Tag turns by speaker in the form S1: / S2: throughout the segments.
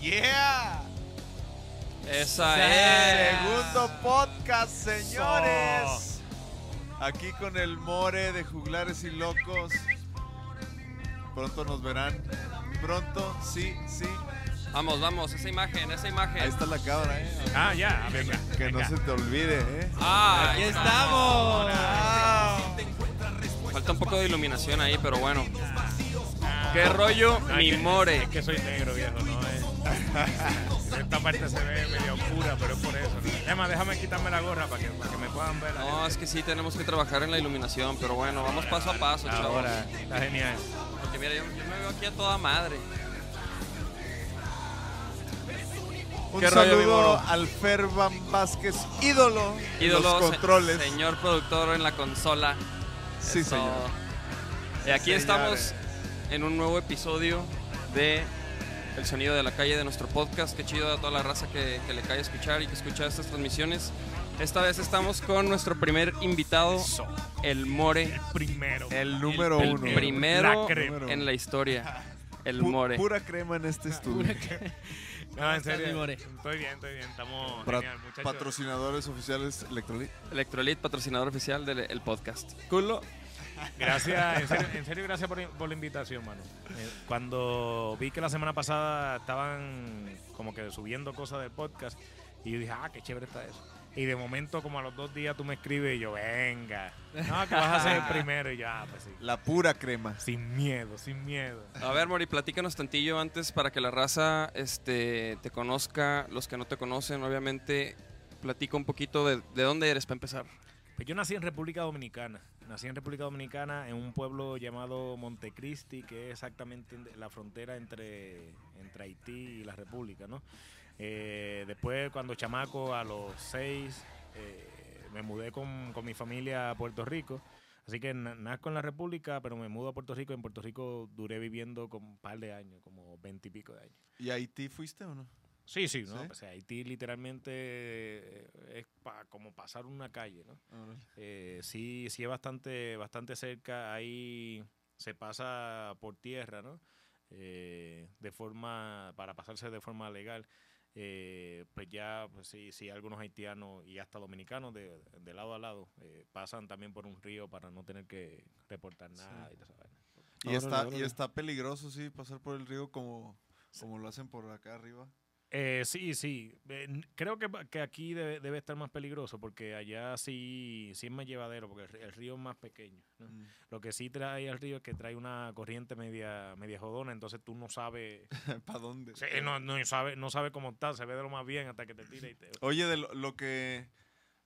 S1: Yeah.
S2: Esa es.
S1: Segundo podcast, señores. Aquí con el More de Juglares y Locos. Pronto nos verán. Pronto, sí, sí.
S2: Vamos, vamos, esa imagen, esa imagen.
S1: Ahí está la cámara, ¿eh?
S3: Ah, ya, venga.
S1: Que no
S3: venga.
S1: se te olvide, ¿eh?
S2: Ah,
S3: Aquí
S2: ahí está.
S3: estamos.
S1: Wow.
S2: Falta un poco de iluminación ahí, pero bueno. ¿Qué rollo?
S3: Ah, No,
S2: Mi
S3: es que-
S2: more.
S3: Es que soy negro, viejo, ¿no? Es- Esta parte se ve medio oscura, pero es por eso. ¿no? Además, déjame quitarme la gorra para que, para que me puedan ver.
S2: No, es que sí, tenemos que trabajar en la iluminación, pero bueno, vamos paso a paso, chavos.
S3: Ahora, está genial.
S2: Porque mira, yo, yo me veo aquí a toda madre.
S1: Un
S2: ¿Qué rollo, mi
S1: saludo
S2: Moro?
S1: al Ferban Vázquez, ídolo. de
S2: Ídolo,
S1: los
S2: se-
S1: controles.
S2: señor productor en la consola.
S1: Sí,
S2: Eso.
S1: señor.
S2: Y aquí
S3: Señores.
S2: estamos en un nuevo episodio de El Sonido de la Calle de nuestro podcast. Qué chido a toda la raza que, que le cae escuchar y que escucha estas transmisiones. Esta vez estamos con nuestro primer invitado,
S3: Eso,
S2: el More.
S3: primero.
S1: El número
S2: el
S1: uno.
S2: primero
S3: La crema.
S2: en la historia. El
S1: Pu-
S2: More.
S1: Pura crema en este estudio.
S3: No, en
S4: estás, mi
S3: serio.
S4: more?
S3: Estoy bien, estoy bien. Estamos
S1: Pra-
S3: genial, muchachos.
S1: patrocinadores oficiales Electrolit.
S2: Electrolit, patrocinador oficial del el podcast.
S1: Culo.
S3: Gracias, en serio, en serio, gracias por, por la invitación, mano. Eh, Cuando vi que la semana pasada estaban como que subiendo cosas del podcast, y yo dije, ah, qué chévere está eso. Y de momento, como a los dos días, tú me escribes y yo, venga. No, que vas a ser el primero. Y yo, ah, pues sí.
S1: La pura crema.
S3: Sin miedo, sin miedo.
S2: A ver, Mori, platícanos tantillo antes para que la raza este, te conozca, los que no te conocen, obviamente. Platica un poquito de, de dónde eres para empezar.
S3: Pues yo nací en República Dominicana. Nací en República Dominicana en un pueblo llamado Montecristi, que es exactamente en- la frontera entre, entre Haití y la República, ¿no? Eh, después, cuando chamaco, a los seis, eh, me mudé con, con mi familia a Puerto Rico. Así que na- nazco en la República, pero me mudo a Puerto Rico. En Puerto Rico duré viviendo con un par de años, como veintipico de años.
S1: ¿Y a Haití fuiste o no?
S3: Sí, sí, ¿no?
S1: ¿Sí?
S3: Pues Haití literalmente eh, es pa- como pasar una calle, ¿no? Eh, sí, sí es bastante, bastante cerca. Ahí se pasa por tierra, ¿no? Eh, de forma, para pasarse de forma legal. Eh, pues ya, pues sí, sí, algunos haitianos y hasta dominicanos de, de lado a lado eh, pasan también por un río para no tener que reportar nada. y toda esa vaina.
S1: Y, está,
S2: órale.
S1: y está peligroso, sí, pasar por el río como, como lo hacen por acá arriba.
S3: Eh, sí, sí. Eh, n- creo que, pa- que aquí debe, debe estar más peligroso porque allá sí, sí es más llevadero porque el, ri- el río es más pequeño. ¿no?
S1: Mm.
S3: Lo que sí trae el río es que trae una corriente media, media jodona, entonces tú no sabes,
S1: ¿Para dónde?
S3: sí, no, no sabes, no sabes cómo está, se ve de lo más bien hasta que te tira y te...
S1: Oye, de lo, lo que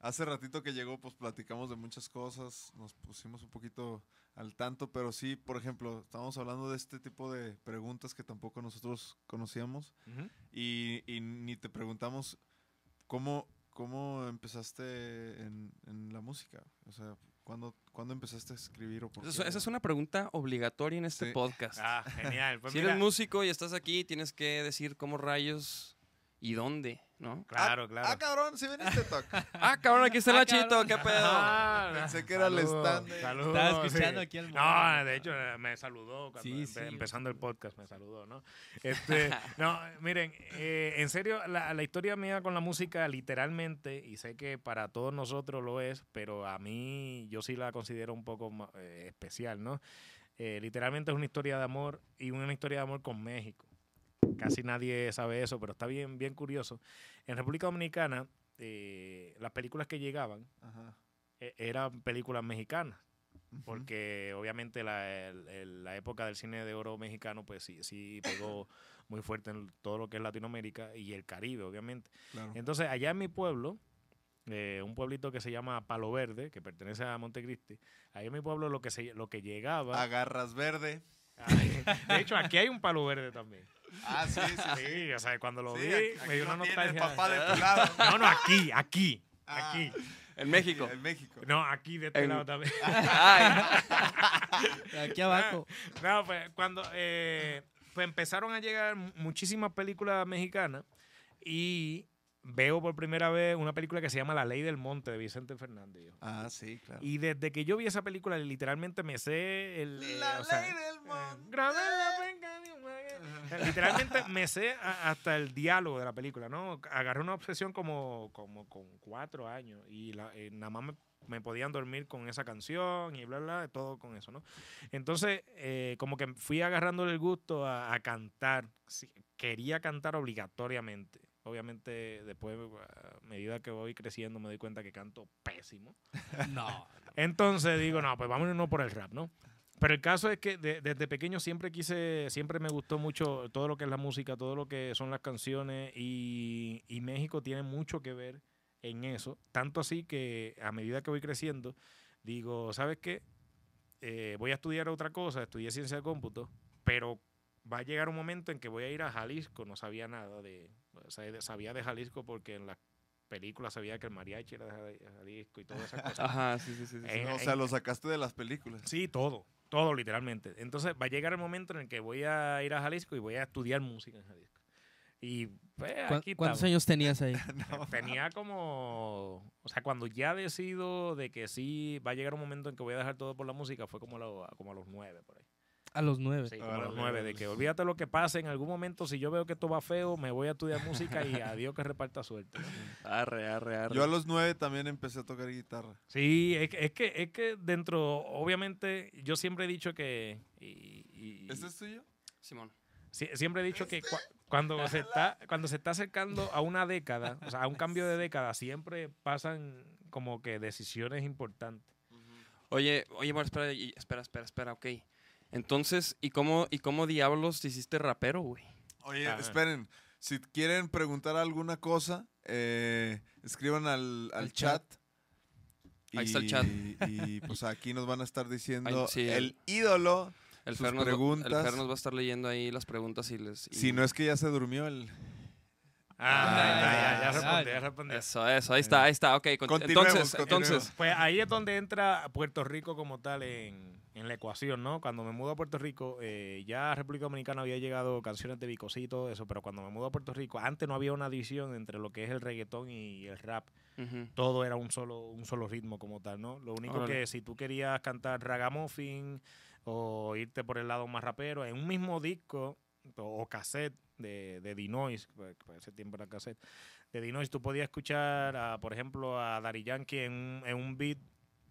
S1: hace ratito que llegó, pues platicamos de muchas cosas, nos pusimos un poquito al tanto, pero sí, por ejemplo, estábamos hablando de este tipo de preguntas que tampoco nosotros conocíamos
S3: Ujú.
S1: y, y ni te preguntamos cómo, cómo empezaste en, en la música, o sea, ¿cuándo, cuándo empezaste a escribir o por
S2: Esa es,
S1: qué?
S2: esa es una pregunta obligatoria en este
S1: Sí.
S2: podcast.
S3: Ah, genial. Pues
S2: si
S3: mira,
S2: eres músico y estás aquí, tienes que decir cómo rayos y dónde, ¿no?
S3: claro, claro.
S1: Ah, cabrón, sí veniste, Toc.
S2: Ah, cabrón, aquí está el
S4: Ah,
S2: Nachito,
S4: cabrón.
S2: qué pedo.
S3: Ah,
S1: Pensé que era el
S3: saludos,
S1: stand.
S3: saludos,
S4: Estaba escuchando
S3: sí.
S4: aquí al
S3: No, de hecho eh, me saludó cuando
S4: Sí,
S3: empe-
S4: sí.
S3: empezando el podcast, me saludó, ¿no? Este, no, miren, eh, en serio, la, la historia mía con la música literalmente, y sé que para todos nosotros lo es, pero a mí yo sí la considero un poco ma- eh, especial, ¿no? Eh, literalmente es una historia de amor y una historia de amor con México. Casi nadie sabe eso, pero está bien, bien curioso. En República Dominicana, eh, las películas que llegaban
S1: Ajá.
S3: e- eran películas mexicanas,
S1: Ujú.
S3: porque obviamente la, el- el- la época del cine de oro mexicano, pues sí, sí pegó muy fuerte en todo lo que es Latinoamérica y el Caribe, obviamente.
S1: Claro.
S3: Entonces, allá en mi pueblo, eh, un pueblito que se llama Palo Verde, que pertenece a Montecristi, ahí en mi pueblo lo que, se, lo que llegaba...
S1: Agarras verde.
S3: de hecho, aquí hay un Palo Verde también.
S1: Ah, sí, sí, sí.
S3: Sí, o sea, cuando lo
S1: Sí,
S3: vi,
S1: aquí-
S3: me
S1: aquí
S3: dio una
S1: lo tiene el
S3: nostalgia.
S1: papá de tu lado.
S3: No, no, aquí, aquí,
S1: Ah,
S3: aquí.
S2: En México.
S1: En México.
S3: No, aquí de este
S2: En-
S3: lado también.
S2: Ay,
S4: Aquí abajo.
S3: No, pues cuando eh, pues empezaron a llegar mu- muchísimas películas mexicanas y veo por primera vez una película que se llama La Ley del Monte de Vicente Fernández. yo.
S1: Ah, sí, claro.
S3: Y desde que yo vi esa película, literalmente me sé el. eh, o sea,
S1: del
S3: eh, grabé la venga de un- Literalmente me sé a- hasta el diálogo de la película, ¿no? Agarré una obsesión como, como con cuatro años y la- eh, nada más me, me podían dormir con esa canción y bla, bla, bla, todo con eso, ¿no? Entonces, eh, como que fui agarrándole el gusto a, a cantar. Sí, Quería cantar obligatoriamente. Obviamente, después, a medida que voy creciendo, me doy cuenta que canto pésimo.
S4: No.
S3: Entonces digo, no, pues vámonos por el rap, ¿no? Pero el caso es que de- desde pequeño siempre quise, siempre me gustó mucho todo lo que es la música, todo lo que son las canciones y, y México tiene mucho que ver en eso. Tanto así que a medida que voy creciendo, digo, ¿sabes qué? Eh, voy a estudiar otra cosa, estudié ciencia de cómputo, pero va a llegar un momento en que voy a ir a Jalisco, no sabía nada de, o sea, de- sabía de Jalisco porque en las películas sabía que el mariachi era de Jalisco y todas esas cosas.
S2: Ajá, sí, sí, sí. sí, sí.
S3: Eh,
S1: O sea, lo sacaste de las películas.
S3: Sí, todo. Todo, literalmente. Entonces, va a llegar el momento en el que voy a ir a Jalisco y voy a estudiar música en Jalisco. Y pues,
S4: ¿Cuán-
S3: aquí
S4: ¿Cuántos
S3: estamos.
S4: años tenías ahí?
S3: Tenía como. O sea, cuando ya decido de que sí va a llegar un momento en que voy a dejar todo por la música, fue como a, lo- como a los nueve por ahí.
S4: A los nueve.
S3: Sí,
S1: Ah,
S3: como a los
S1: vale,
S3: nueve. De que olvídate lo que pase, en algún momento, si yo veo que esto va feo, me voy a estudiar música y adiós que reparta suerte. ¿no?
S2: Arre, arre, arre.
S1: Yo a los nueve también empecé a tocar guitarra.
S3: Sí, es que, es que, es que dentro, obviamente, yo siempre he dicho que. y- y-
S1: ¿Este es tuyo?
S2: Simón.
S3: Sie- siempre he dicho que cua- cuando se está cuando se está acercando a una década, o sea, a un cambio de década, siempre pasan como que decisiones importantes.
S2: Oye, oye, bueno, espera, y- espera, espera, espera, ok. Entonces, ¿y cómo, y cómo diablos te hiciste rapero, güey?
S1: Oye,
S3: Ah.
S1: esperen. Si quieren preguntar alguna cosa, eh, escriban al, al
S4: Al
S1: chat.
S4: chat.
S2: Ahí está el chat.
S1: Y, y, pues aquí nos van a estar diciendo
S2: Ahí, sí,
S1: el
S2: el-
S1: ídolo.
S2: El
S1: Sus
S2: Fer, nos va-
S1: preguntas.
S2: el Fer nos va a estar leyendo ahí las preguntas y les... y-
S1: Si no es que ya se durmió el.
S3: Ah,
S4: Ah,
S3: ya, ya, ya
S4: claro.
S3: respondí, ya respondí.
S2: Eso, eso, ahí está, ahí está, ok. con-
S1: Eh, Continuemos,
S2: entonces,
S1: continuemos.
S2: entonces,
S3: Pues ahí es donde entra Puerto Rico como tal en, en la ecuación, ¿no? Cuando me mudo a Puerto Rico, eh, ya a República Dominicana había llegado canciones de Vicosí y todo eso, pero cuando me mudo a Puerto Rico, antes no había una división entre lo que es el reggaetón y el rap.
S2: ujú.
S3: todo era un solo, un solo ritmo como tal, ¿no? Lo único
S2: Órale.
S3: que si tú querías cantar ragamuffin o irte por el lado más rapero, en un mismo disco o, o cassette de, de Dinois, que para ese tiempo era cassette, de Dinois tú podías escuchar, a, por ejemplo, a Dari Yankee en un, en un beat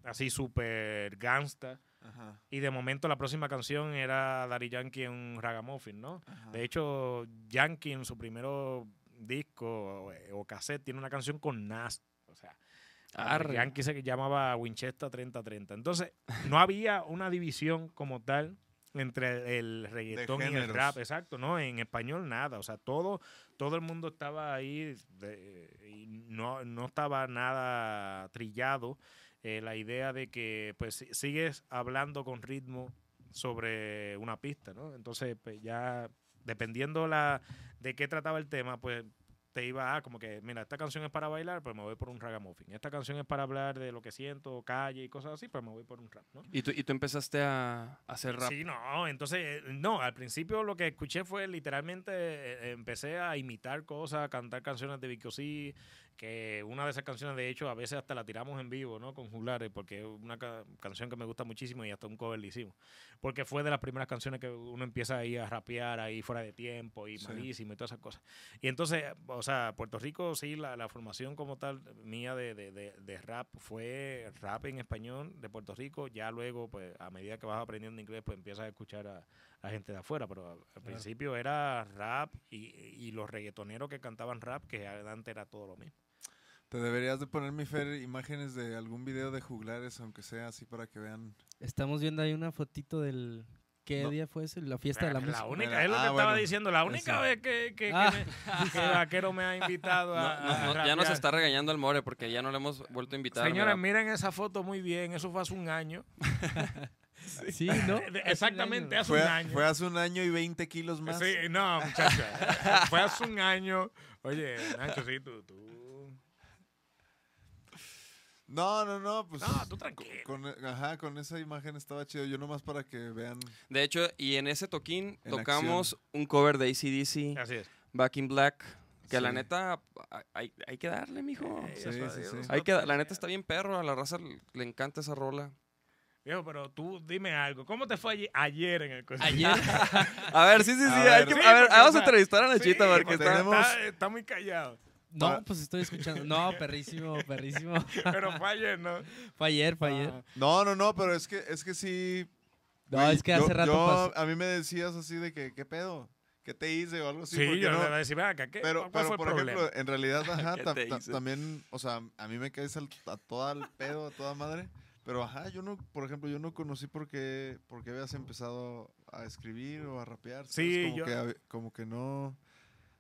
S3: así súper gangsta
S1: Ajá,
S3: y de momento la próxima canción era Dari Yankee en un ragamuffin, ¿no?
S1: ajá.
S3: De hecho, Yankee en su primero disco o, o cassette tiene una canción con Nas. O sea,
S2: Arre.
S3: Ah, Yankee se llamaba Winchester 3030. Entonces, no había una división como tal entre el, el reggaetón y el
S1: géneros.
S3: rap. Exacto, no, en español nada. O sea, todo, todo el mundo estaba ahí de- y no, no estaba nada trillado. eh, la idea de que pues si- sigues hablando con ritmo sobre una pista, ¿no? Entonces, pues, ya dependiendo la de qué trataba el tema, pues te iba a como que, mira, esta canción es para bailar, pues me voy por un ragamuffin. Esta canción es para hablar de lo que siento, calle y cosas así, pues me voy por un rap, ¿no?
S2: ¿Y tú, y tú empezaste a, a hacer rap.
S3: Sí, no, entonces, eh, no, al principio lo que escuché fue literalmente, eh, empecé a imitar cosas, a cantar canciones de Vicky Osí, que una de esas canciones, de hecho, a veces hasta la tiramos en vivo, ¿no? Con Juglares, porque es una ca- canción que me gusta muchísimo y hasta un cover le hicimos. Porque fue de las primeras canciones que uno empieza ahí a rapear, ahí fuera de tiempo y
S1: Sí.
S3: malísimo y todas esas cosas. Y entonces, o sea, Puerto Rico, sí, la, la formación como tal mía de, de- de- de rap fue rap en español de Puerto Rico. Ya luego, pues, a medida que vas aprendiendo inglés, pues empiezas a escuchar a la gente de afuera. Pero al- al principio era rap y, y los reggaetoneros que cantaban rap, que antes era todo lo mismo.
S1: Te deberías de poner, mi Fer, imágenes de algún video de juglares, aunque sea así para que vean.
S4: Estamos viendo ahí una fotito del... ¿Qué
S1: No.
S4: día fue ese? La fiesta de la, música.
S3: única,
S1: Mira,
S3: es lo que
S1: ah,
S3: estaba
S1: bueno,
S3: diciendo, la única
S1: eso.
S3: vez que, que- que
S4: Ah.
S3: me- que Vaquero me ha invitado
S2: No,
S3: a.
S2: no,
S3: a
S2: no, ya nos
S3: rapear.
S2: está regañando el More porque ya no le hemos vuelto a invitar.
S3: Señores,
S2: mira.
S3: miren esa foto muy bien, eso fue hace un año.
S4: Sí, ¿no?
S3: De- de- Exactamente hace
S1: Fue,
S3: un año.
S1: fue hace un año y 20 kilos más.
S3: Sí, no, muchachos. fue hace un año. Oye, Nacho, sí, tú. tú.
S1: No, no, no, pues.
S3: No, tú tranquilo.
S1: Con, ajá, con esa imagen estaba chido. Yo nomás para que vean.
S2: De hecho, y en ese toquín
S1: En
S2: tocamos un cover de ACDC,
S3: Así es.
S2: Back in Black, que la
S1: Sí.
S2: neta a- hay, hay que
S3: Eh,
S2: darle, mijo.
S1: Sí, sí, sí.
S2: Hay que, da- la neta está bien perro, a la raza l- le encanta esa rola.
S3: Viejo, pero tú dime algo. ¿Cómo te fue allí- ayer en el concierto?
S4: Ayer.
S2: A ver, sí, sí, sí.
S1: A
S2: hay
S1: ver.
S2: que-
S3: Sí,
S2: a ver,
S3: porque,
S2: vamos
S3: o
S2: a
S3: sea,
S2: entrevistar a
S3: Sí,
S2: Nachita porque
S3: porque
S2: está.
S1: tenemos-
S3: está, está muy callado.
S1: Pa-
S4: No, pues estoy escuchando. No, perrísimo, perrísimo.
S3: Pero fue ayer, ¿no?
S4: Fue ayer, fue ayer.
S1: No, no, no, pero es que, es que sí.
S4: No,
S1: güey,
S4: es que
S1: yo-
S4: hace rato
S1: yo-
S4: pasó.
S1: a mí me decías así de que, ¿qué pedo? ¿Qué te hice o algo así?
S3: Sí,
S1: porque
S3: yo
S1: no-
S3: le voy a decir, "Ven acá, ¿qué?
S1: Pero,
S3: ¿Cuál
S1: pero,
S3: fue el
S1: por
S3: problema?
S1: ejemplo, eh, en realidad, ajá,
S2: ¿Qué
S1: ta-
S2: te
S1: ta-
S2: hice?
S1: también, o sea, a mí me caes al- a todo al pedo, a toda madre. Pero, ajá, yo no, por ejemplo, yo no conocí por qué, por qué habías empezado a escribir o a rapear. ¿sabes?
S3: Sí,
S1: como,
S3: yo-
S1: que, hab- como que no,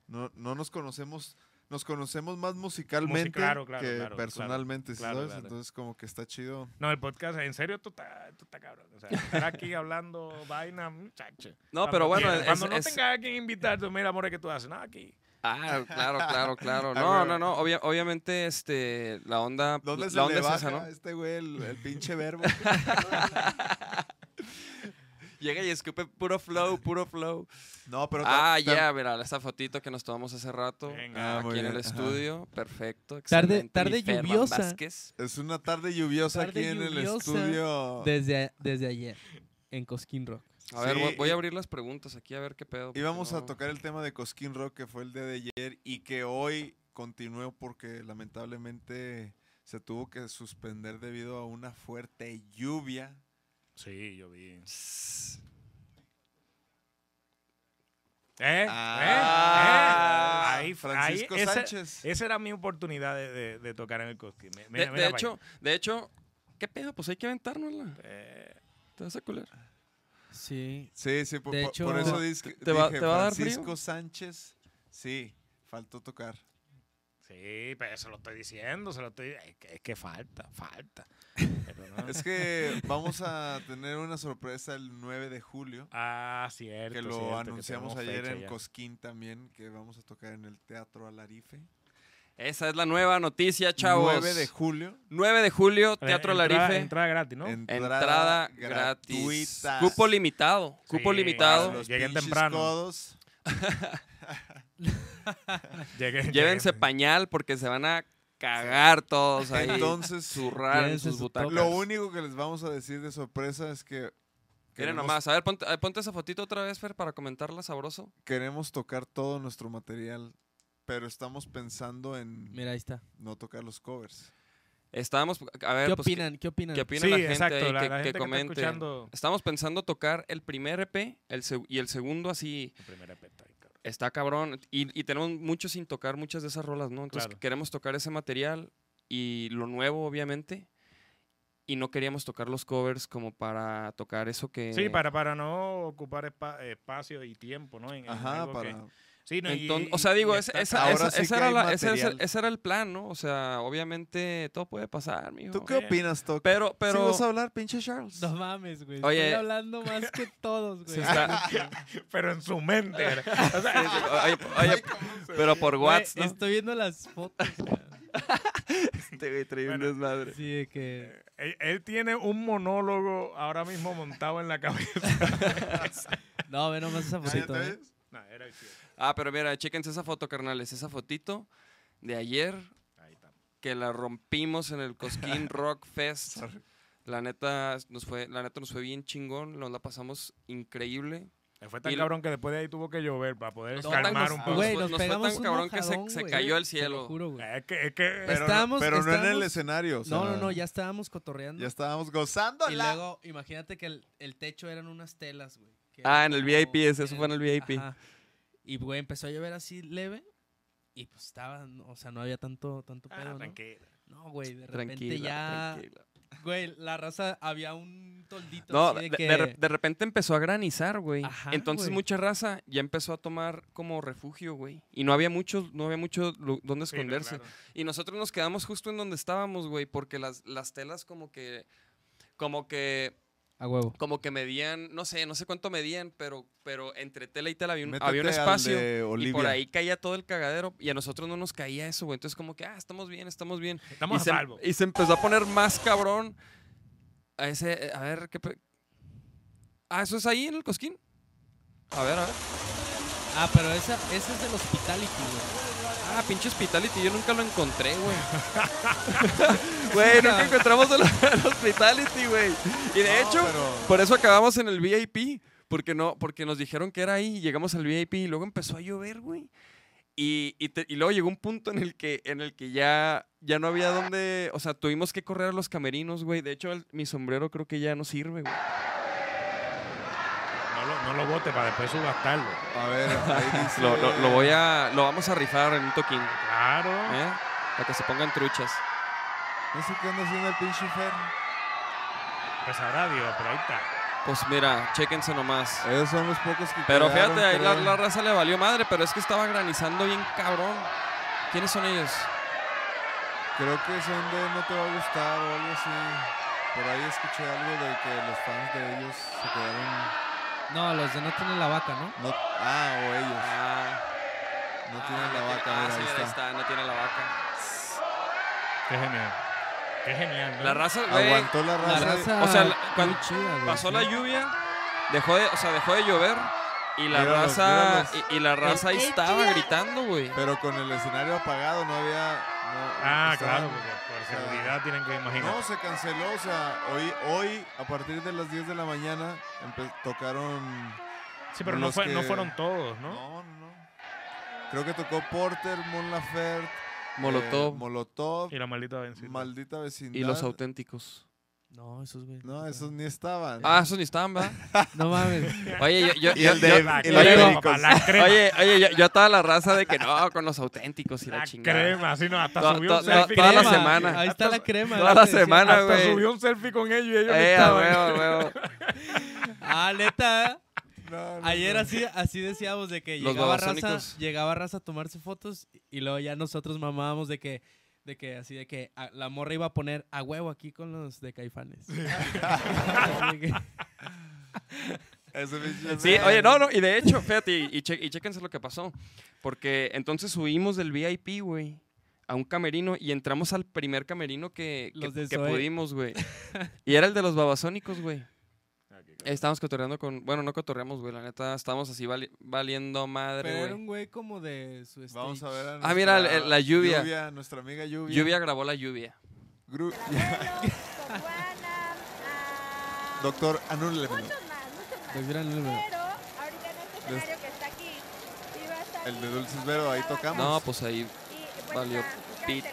S1: no, no nos conocemos, nos conocemos más musicalmente
S3: claro, claro,
S1: que
S3: claro, claro.
S1: personalmente, ¿sí
S3: Claro,
S1: ¿sabes?
S3: claro.
S1: Entonces, como que está chido.
S3: No, el podcast, en serio, tú estás tú estás cabrón. O sea, estar aquí hablando vaina, muchacho.
S2: No,
S3: Cuando
S2: pero bueno,
S3: quieras.
S2: es-
S3: Cuando no
S2: es-
S3: tengas a quien invitar, tú mira, amor, que tú haces? No, aquí.
S2: Ah, claro, claro, claro.
S1: Ah,
S2: No,
S1: bueno.
S2: no, no. obvia- obviamente, este, la onda.
S1: ¿Dónde
S2: la
S1: se
S2: onda
S1: le
S2: es
S1: baja
S2: esa, ¿no?
S1: a este güey el, el pinche verbo?
S2: Llega y escupe puro flow, puro flow.
S1: No, pero... ta-
S2: Ah,
S1: ta-
S2: ya, mira, esa fotito que nos tomamos hace rato.
S3: Venga.
S1: Ah,
S2: aquí
S1: muy
S2: en el
S1: bien, ajá.
S2: estudio. Perfecto.
S4: Tarde-
S2: excelente.
S4: tarde
S2: Mi Ferman
S4: lluviosa.
S2: Vázquez.
S1: Es una tarde lluviosa
S4: Tarde
S1: aquí en el
S4: lluviosa.
S1: estudio.
S4: Desde, desde ayer, en Cosquín Rock.
S2: A ver,
S1: Sí,
S2: voy, voy a
S1: y-
S2: abrir las preguntas aquí a ver qué pedo. porque
S1: Íbamos
S2: no-
S1: a tocar el tema de Cosquín Rock que fue el día de ayer y que hoy continuó porque lamentablemente se tuvo que suspender debido a una fuerte lluvia.
S3: Sí, yo vi.
S2: Tss.
S3: ¿Eh?
S2: Ah,
S3: ¿Eh? ¿Eh? Ahí,
S1: Ah, Francisco
S3: ahí, esa- eh,
S1: Sánchez.
S3: Esa era mi oportunidad de, de- de tocar en el cosquín. Mi-
S2: De,
S3: mira,
S2: de
S3: mira pa'
S2: hecho, de hecho, ¿qué pedo? Pues hay que aventárnosla.
S3: allá. Eh,
S2: Te vas a culer.
S4: Sí.
S1: Sí, sí, po- po- por,
S4: De hecho,
S1: eso
S4: te-
S1: dis- dije,
S2: te va- te va a dar frío?
S1: Francisco Sánchez, sí, faltó tocar.
S3: sí, pero se lo estoy diciendo, se lo estoy... Es que, es que falta, falta. Pero no.
S1: Es que vamos a tener una sorpresa el 9 de julio,
S3: Ah, cierto.
S1: que lo
S3: cierto, que
S1: anunciamos
S3: tenemos
S1: ayer
S3: fecha
S1: en
S3: ya.
S1: Cosquín también, que vamos a tocar en el Teatro Alarife.
S2: Esa es la nueva noticia, chavos.
S1: 9 de julio.
S2: 9 de julio,
S3: Eh,
S2: Teatro
S3: entrada-
S2: Larife.
S3: Entrada gratis, ¿no?
S2: Entrada gratis. Cupo limitado. Cupo
S3: Sí,
S2: limitado.
S3: claro.
S1: Los
S3: Lleguen
S1: pinches
S3: temprano.
S1: codos.
S3: Llegué- llegué-
S2: Llévense pañal porque se van a cagar todos ahí.
S1: Entonces,
S2: zurrar en
S4: Llévense
S2: sus
S4: su
S2: butacas.
S1: lo único que les vamos a decir de sorpresa es que
S2: Miren
S1: queremos,
S2: nomás. A ver, ponte, eh, ponte esa fotito otra vez, Fer, para comentarla sabroso.
S1: queremos tocar todo nuestro material, pero estamos pensando en
S4: Mira, ahí está.
S1: no tocar los covers.
S2: Estábamos. A ver,
S4: ¿Qué
S2: pues,
S4: opinan? ¿Qué opinan?
S2: ¿Qué
S3: Sí,
S2: opina la gente
S3: exacto.
S2: ahí?
S3: la,
S2: que,
S3: la
S2: que
S3: gente que está
S2: comente.
S3: escuchando...
S2: Estamos pensando tocar el primer EP el seg- y el segundo así
S3: La primera peta, ahí, cabrón.
S2: está cabrón. Y, y tenemos mucho sin tocar muchas de esas rolas, ¿no? Entonces
S3: Claro.
S2: queremos tocar ese material y lo nuevo, obviamente. Y no queríamos tocar los covers como para tocar eso que...
S3: Sí, para, para no ocupar espa- espacio y tiempo, ¿no? En- en
S1: Ajá,
S3: algo que-
S1: para
S3: Sí, no, y-
S2: Enton- o
S3: y-
S2: sea,
S3: y
S2: digo, esa-
S3: está
S2: esa-
S3: cabrón.
S1: Ahora
S2: esa-
S1: sí que
S2: esa era
S1: hay
S2: la- ese es el-
S1: material.
S2: ese era el plan, ¿no? O sea, obviamente todo puede pasar, mijo.
S1: ¿Tú qué opinas, Toc?
S2: Pero,
S1: ¿Sí
S2: pero...
S1: vas a hablar, pinche Charles?
S4: No mames, güey.
S2: Oye.
S4: Estoy hablando más que todos, güey.
S2: se está-
S3: pero en su mente. ¿verdad? O sea,
S2: oye, oye, pero por
S4: Güey,
S2: WhatsApp, ¿no?
S4: Estoy viendo las fotos. güey.
S3: bueno,
S4: Sí, de que.
S3: él, él tiene un monólogo ahora mismo montado en la cabeza.
S4: No, ve nomás esa
S1: Ah, ¿ya te
S4: fotito. ¿eh?
S1: ves?
S3: No, era el que-
S2: Ah, pero mira, chéquense esa foto, carnales. Esa fotito de ayer
S3: Ahí está.
S2: que la rompimos en el Cosquín Rock Fest. La neta nos fue, la neta nos fue bien chingón, nos la pasamos increíble.
S3: Le Fue tan
S2: Y-
S3: cabrón que después de ahí tuvo que llover para poder
S2: No,
S3: calmar
S2: tan-
S3: un poco.
S2: Nos
S4: Güey,
S2: fue-
S4: nos,
S2: nos fue tan
S4: pegamos un
S2: cabrón que se-
S4: mojadón,
S2: se
S4: güey.
S2: cayó al
S4: Te lo
S2: cielo.
S4: juro, güey.
S3: Es que, es que
S2: pues,
S1: Pero, no-
S4: Estábamos-
S1: pero no en el
S4: estábamos-
S1: escenario. o sea,
S4: No, no, no, ya estábamos cotorreando.
S1: Ya estábamos gozando.
S4: Y luego, imagínate que el, el techo eran unas telas, güey. que
S2: Ah, en
S4: eran
S2: el
S4: como-
S2: VIP, ese- eso fue en el VIP.
S4: Ajá. Y, güey, empezó a llover así leve. Y pues estaba, no, o sea, no había tanto, tanto
S3: Ah,
S4: pedo, ¿no?
S3: tranquilo.
S4: No, güey, de repente
S2: Tranquila,
S4: ya...
S2: tranquila.
S4: Güey, la raza, había un toldito
S2: No,
S4: así
S2: de,
S4: de,
S2: de
S4: que...
S2: re- de repente empezó a granizar, güey.
S4: Ajá,
S2: Entonces
S4: güey.
S2: mucha raza ya empezó a tomar como refugio, güey. Y no había mucho, no había mucho lu- donde
S3: Sí, no,
S2: esconderse.
S3: claro.
S2: Y nosotros nos quedamos justo en donde estábamos, güey, porque las, las telas como que... Como que...
S4: A huevo.
S2: Como que medían... No sé, no sé cuánto medían, pero, pero entre tela y tela había un,
S1: Métete
S2: había un
S1: al
S2: espacio.
S1: de
S2: Y
S1: Olivia.
S2: por ahí caía todo el cagadero. Y a nosotros no nos caía eso, güey. Entonces como que, ah, estamos bien, estamos bien.
S3: Estamos
S2: y,
S3: a
S2: se, em
S3: salvo.
S2: y se empezó a poner más cabrón. A ese... eh, A ver, ¿qué... pe- Ah, ¿eso es ahí en el cosquín? A ver, a ver.
S4: Ah, pero esa, esa es del hospitality, güey.
S3: Ah,
S2: ah, pinche hospitality, yo nunca lo encontré, güey. Güey, nunca encontramos el, el hospitality, güey. Y de
S1: No,
S2: hecho,
S1: pero-
S2: por eso acabamos en el VIP, porque, no, porque nos dijeron que era ahí, y llegamos al VIP y luego empezó a llover, güey. Y, y te- y luego llegó un punto en el que, en el que ya, ya no había dónde, o sea, tuvimos que correr a los camerinos, güey. De hecho, el- mi sombrero creo que ya no sirve, güey.
S3: No lo, no lo bote para después subastarlo.
S1: A ver, ahí dice.
S2: Lo, lo- lo voy a, lo vamos a rifar en un toquín,
S3: Claro.
S2: ¿eh? Para que se pongan truchas.
S1: No sé qué anda haciendo el pinche Fer.
S3: Pues sabrá Dios, pero ahí está.
S2: Pues mira, chéquense nomás.
S1: Ellos son los pocos que
S2: Pero
S1: quedaron,
S2: fíjate, ahí la,
S1: creo.
S2: la raza le valió madre, pero es que estaba granizando bien cabrón. ¿Quiénes son ellos?
S1: Creo que son de No te va a gustar o algo así. Por ahí escuché algo de que los fans de ellos se quedaron.
S4: No, los de no tienen la vaca, ¿no?
S1: No, ah, o ellos.
S2: Ah,
S1: No tienen la vaca. mira, ahí está.
S2: no tiene la vaca.
S3: Qué genial. Qué genial. ¿no?
S2: La raza, güey,
S1: Aguantó la
S4: La
S1: raza.
S4: raza.
S2: Ah, o sea,
S4: muy
S2: la- cuando
S4: chida, güey,
S2: pasó
S4: sí.
S2: la lluvia, dejó de, o sea, dejó de llover y la
S1: Míralos,
S2: raza
S1: míralos.
S2: y, y la raza ahí estaba gritando, güey.
S1: Pero eh, con el escenario apagado no había. no-
S3: Ah,
S1: estaban-
S3: claro, porque por
S1: sea,
S3: seguridad tienen que imaginar.
S1: No, se canceló. O sea, hoy, hoy a partir de las 10 de la mañana, empe- tocaron.
S3: sí, pero no,
S1: los
S3: fue- no
S1: que-
S3: fueron todos, ¿no?
S1: No, no, no. Creo que tocó Porter, Mon Laferte, eh,
S2: Molotov
S1: Molotov,
S3: Y la maldita vencida.
S1: Maldita Vecindad.
S2: y los auténticos.
S4: No, esos güey.
S1: No, esos ni estaban.
S2: Ah, esos ni estaban, ¿verdad?
S4: No mames.
S2: Oye, yo, yo,
S1: Y
S2: yo-
S1: el de-
S2: yo-
S3: la
S1: y
S2: los
S3: crema, papá,
S1: pericos.
S3: la crema.
S2: oye, oye, yo, yo a toda la raza de que no, con los auténticos y la,
S3: la
S1: Ah,
S2: chingada.
S3: crema, sí, no, hasta
S2: To-
S3: subió un
S2: to- to-
S3: selfie.
S2: toda la
S3: con ellos.
S2: semana.
S4: Ahí está la
S2: toda
S4: crema. ¿no?
S2: la
S4: Te decía.
S2: semana,
S3: Hasta
S2: güey.
S3: subió un selfie con ellos y ellos ni
S2: Eh, a
S3: estaban.
S2: huevo, a huevo.
S4: Ah, neta.
S1: No, no,
S4: Ayer
S1: no.
S4: así, así decíamos de que
S2: Los
S4: llegaba raza,
S2: babasónicos.
S4: llegaba raza a tomarse fotos y luego ya nosotros mamábamos de que, de que así de que a- la morra iba a poner a huevo aquí con los de caifanes. Así que-
S1: Ese pinche-
S2: Sí, oye, no, no, y de hecho, fíjate, y, y che- y chéquense lo que pasó. Porque entonces subimos del VIP, güey, a un camerino y entramos al primer camerino que, que-
S4: Los de
S2: que
S4: Zoé.
S2: pudimos, güey. Y era el de los babasónicos, güey.
S1: Ah,
S2: Estábamos cotorreando con. Bueno, no cotorreamos, güey, la neta, estábamos así vali- valiendo
S4: Pero
S2: madre,
S4: era
S2: güey.
S4: un güey como de su stage.
S1: Vamos a ver. a
S2: Ah, mira,
S1: nuestra
S2: el- la lluvia.
S1: Nuestra amiga lluvia.
S2: Lluvia grabó la lluvia.
S1: Gru-
S5: Guanam,
S1: Doctor, anúleme.
S5: muchos más, muchos más.
S4: Pues mira el número.
S5: Pero ahorita en este
S1: Les-
S5: escenario que está aquí, iba a salir
S1: El de Dulces Vero, ahí tocamos.
S2: No, pues ahí.
S5: y, pues,
S2: valió
S5: está cancelado, suspendido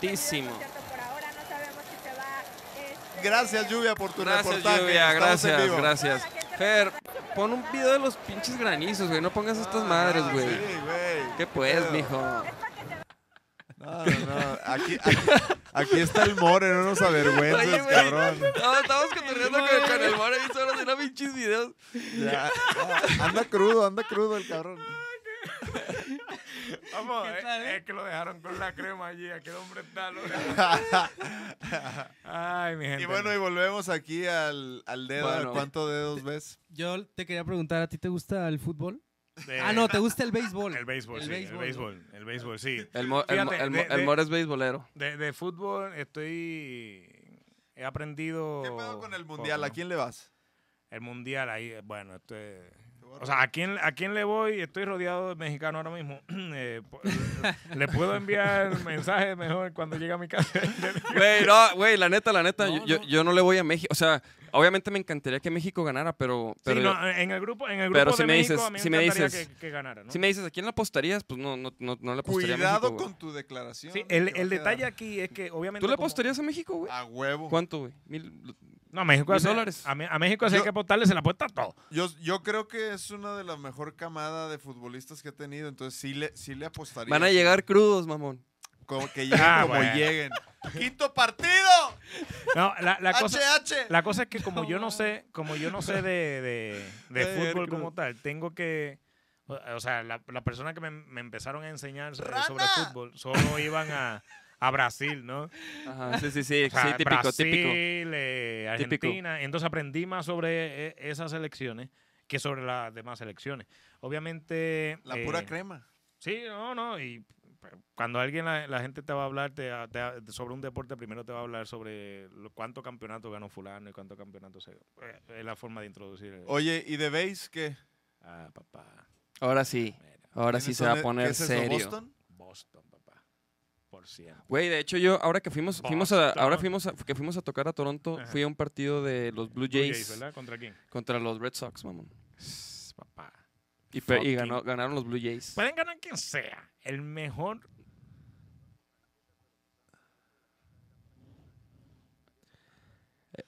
S5: el
S2: pitísimo.
S5: concierto por ahora, no sabemos si se va, este,
S1: Gracias, lluvia, por tu
S2: Gracias,
S1: reportaje.
S2: lluvia,
S1: Estamos en
S2: gracias,
S1: vivo.
S2: gracias. Fer, pon un video de los pinches granizos, güey, no pongas estas madres,
S1: Ah,
S2: güey.
S1: Sí, güey.
S2: ¿Qué pues,
S1: pedo?
S2: mijo?
S1: No, no, no. Aquí, aquí- aquí está el more, no nos avergüences,
S2: Oye, güey.
S1: cabrón.
S2: No, estamos cotorreando con, con el More y solo haciendo pinches videos.
S1: Ya, ah, anda crudo, anda crudo el cabrón.
S3: Vamos,
S4: ¿Qué
S3: eh,
S4: tal, eh?
S3: es que lo dejaron con la crema allí, aquel hombre está loco. Ay, mi gente.
S1: Y bueno, y volvemos aquí al, al dedo.
S2: Bueno.
S1: ¿A ¿Cuántos dedos ves?
S4: Yo te quería preguntar, ¿a ti te gusta el fútbol?
S3: De-
S4: ah, no, ¿te gusta el béisbol?
S3: Eh, El béisbol,
S4: El
S3: sí,
S4: béisbol,
S3: el béisbol, el béisbol, sí.
S2: El, mo- el, mo-
S3: Fíjate,
S2: el mo-
S3: de-
S2: el
S3: de-
S2: More es beisbolero.
S3: De, de fútbol estoy... He aprendido...
S1: ¿Qué pedo con el mundial?
S3: poco,
S1: ¿A
S3: ¿no?
S1: quién le vas?
S3: El mundial ahí, bueno, esto es- O sea, ¿a quién, ¿a quién le voy? Estoy rodeado de mexicanos ahora mismo. Eh, po- le puedo enviar mensajes mejor cuando llegue a mi casa.
S2: Güey, no, güey, la neta, la neta,
S4: No,
S2: yo, yo-
S4: no.
S2: yo no le voy a México. O sea, obviamente me encantaría que México ganara, pero...
S3: Sí,
S2: pero
S3: no, en el grupo, en el grupo
S2: Pero
S3: de
S2: si me
S3: México,
S2: dices-
S3: a mí
S2: si
S3: me
S2: me
S3: encantaría
S2: dices-
S3: que, que ganara, ¿no?
S2: Si me dices, ¿a quién le apostarías? Pues no, no, no, no le apostaría a
S1: Cuidado
S2: México,
S1: con tu declaración.
S3: Sí,
S1: que
S3: el,
S1: va a
S3: el detalle
S1: quedar.
S3: aquí es que
S2: güey.
S3: obviamente...
S2: ¿Tú le
S3: como- Ah, uh.
S2: apostarías a México, güey?
S1: A huevo.
S2: ¿Cuánto, güey? Mil-
S3: No, a México
S2: Mil
S3: hace-
S2: dólares.
S3: A, Me- a México así
S1: Yo-
S3: hay que apostarle, se la apuesta todo.
S1: Yo, yo creo que es una de la mejor camada de futbolistas que ha tenido, entonces sí le, sí le apostaría.
S2: Van a llegar crudos, mamón.
S1: Como que lleguen
S3: Ah,
S1: como
S3: bueno.
S1: lleguen. ¡Quinto partido!
S3: No, la,
S1: Ah,
S3: la cosa...
S1: ¡HH!
S3: La cosa es que como yo no sé, como yo no sé de, de- de
S1: Ay,
S3: fútbol
S1: Hércules.
S3: como tal, tengo que, o- o sea, la, la persona que me, me empezaron a enseñar sobre,
S1: ¡Rana!
S3: sobre fútbol, solo iban a, a Brasil, ¿no?
S2: Ajá, sí, sí, sí,
S3: O sea,
S2: sí, típico,
S3: Brasil,
S2: típico.
S3: eh,
S2: Típico.
S3: Argentina. Entonces aprendí más sobre eh, esas selecciones que sobre las demás selecciones. Obviamente.
S1: La
S3: eh,
S1: pura crema.
S3: Sí, no, no. Y pero cuando alguien, la, la gente te va a hablar te- te- sobre un deporte, primero te va a hablar sobre lo- cuánto campeonato ganó fulano y cuánto campeonato se... eh, Es la forma de introducir. el-
S1: Oye, ¿y de base qué?
S3: Ah, papá.
S2: Ahora sí,
S3: mira,
S2: ahora sí
S1: ¿Quiénes
S2: se
S1: son
S2: va
S1: de-
S2: a
S1: qué
S2: poner
S1: es eso,
S2: serio.
S1: Boston?
S3: Boston, 100%.
S2: Güey, de hecho yo, ahora que fuimos, fuimos a,
S3: Boston.
S2: ahora fuimos a- que fuimos a tocar a Toronto,
S3: Ajá.
S2: fui a un partido de los Blue
S3: Blue
S2: Jays,
S3: Jays, ¿verdad? ¿Contra quién?
S2: contra los Red Sox, mamón.
S3: Sss, Papá.
S2: Y, pe- y
S3: Fucking- Pues,
S2: ganó- ganaron los Blue Jays.
S3: Pueden ganar quien sea. El mejor.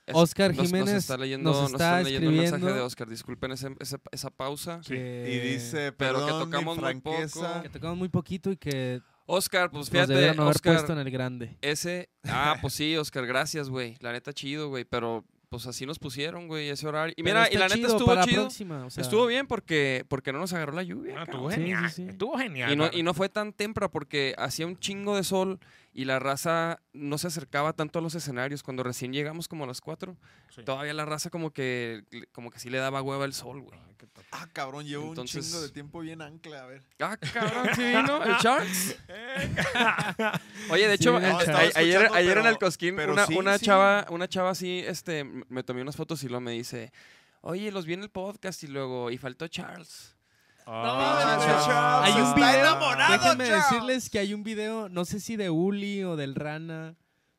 S2: Es-
S4: Oscar
S2: nos- nos
S4: Jiménez
S2: está leyendo,
S4: nos
S2: nos
S4: está
S2: están leyendo un mensaje
S4: escribiendo.
S2: de Oscar. Disculpen ese- esa, esa pausa.
S3: Sí.
S4: que-
S1: Y dice,
S2: pero que
S1: perdón, mi
S2: tocamos muy poco.
S1: franqueza.
S4: que tocamos muy poquito y que
S2: Oscar, pues
S4: nos debieron
S2: fíjate,
S4: haber
S2: Oscar,
S4: puesto en el grande.
S2: ese... Ah, pues sí, Oscar, gracias, güey. La neta, chido, güey, pero pues así nos pusieron, güey, ese horario. Y
S4: Pero
S2: mira, y
S4: está
S2: la neta
S4: chido
S2: estuvo
S4: para la
S2: chido.
S4: próxima, o sea,
S2: estuvo bien porque, porque no nos agarró la lluvia.
S3: Bueno,
S2: cabrón.
S3: estuvo
S4: Sí, sí,
S3: genial.
S4: sí.
S3: Estuvo genial.
S2: Y no,
S3: mano.
S2: y no fue tan temprano porque hacía un chingo de sol y la raza no se acercaba tanto a los escenarios. Cuando recién llegamos como a las 4,
S3: Sí.
S2: todavía la raza como que, como que sí le daba hueva el sol, güey.
S3: Ay, qué toque.
S1: Ah, cabrón, llevo
S2: Entonces-
S1: un chingo de tiempo bien ancla, a ver.
S2: Ah, cabrón, sí vino el Sharks. Oye, de
S4: Sí
S2: hecho,
S4: vino el
S2: a-
S4: Sharks.
S2: a- ayer,
S1: Escuchando,
S2: ayer en
S1: pero-
S2: el Cosquín,
S1: pero
S2: una,
S1: sí,
S2: una
S1: sí.
S2: chava, una chava así, este, m- me tomé unas fotos y luego me dice, oye, los vi en el podcast y luego, y faltó Charles.
S3: Ah,
S1: mames,
S3: Charles.
S1: Charles,
S4: Hay un
S1: está
S4: video,
S1: enamorado,
S4: déjenme
S1: Charles.
S4: decirles que hay un video, no sé si de Uli o del Rana,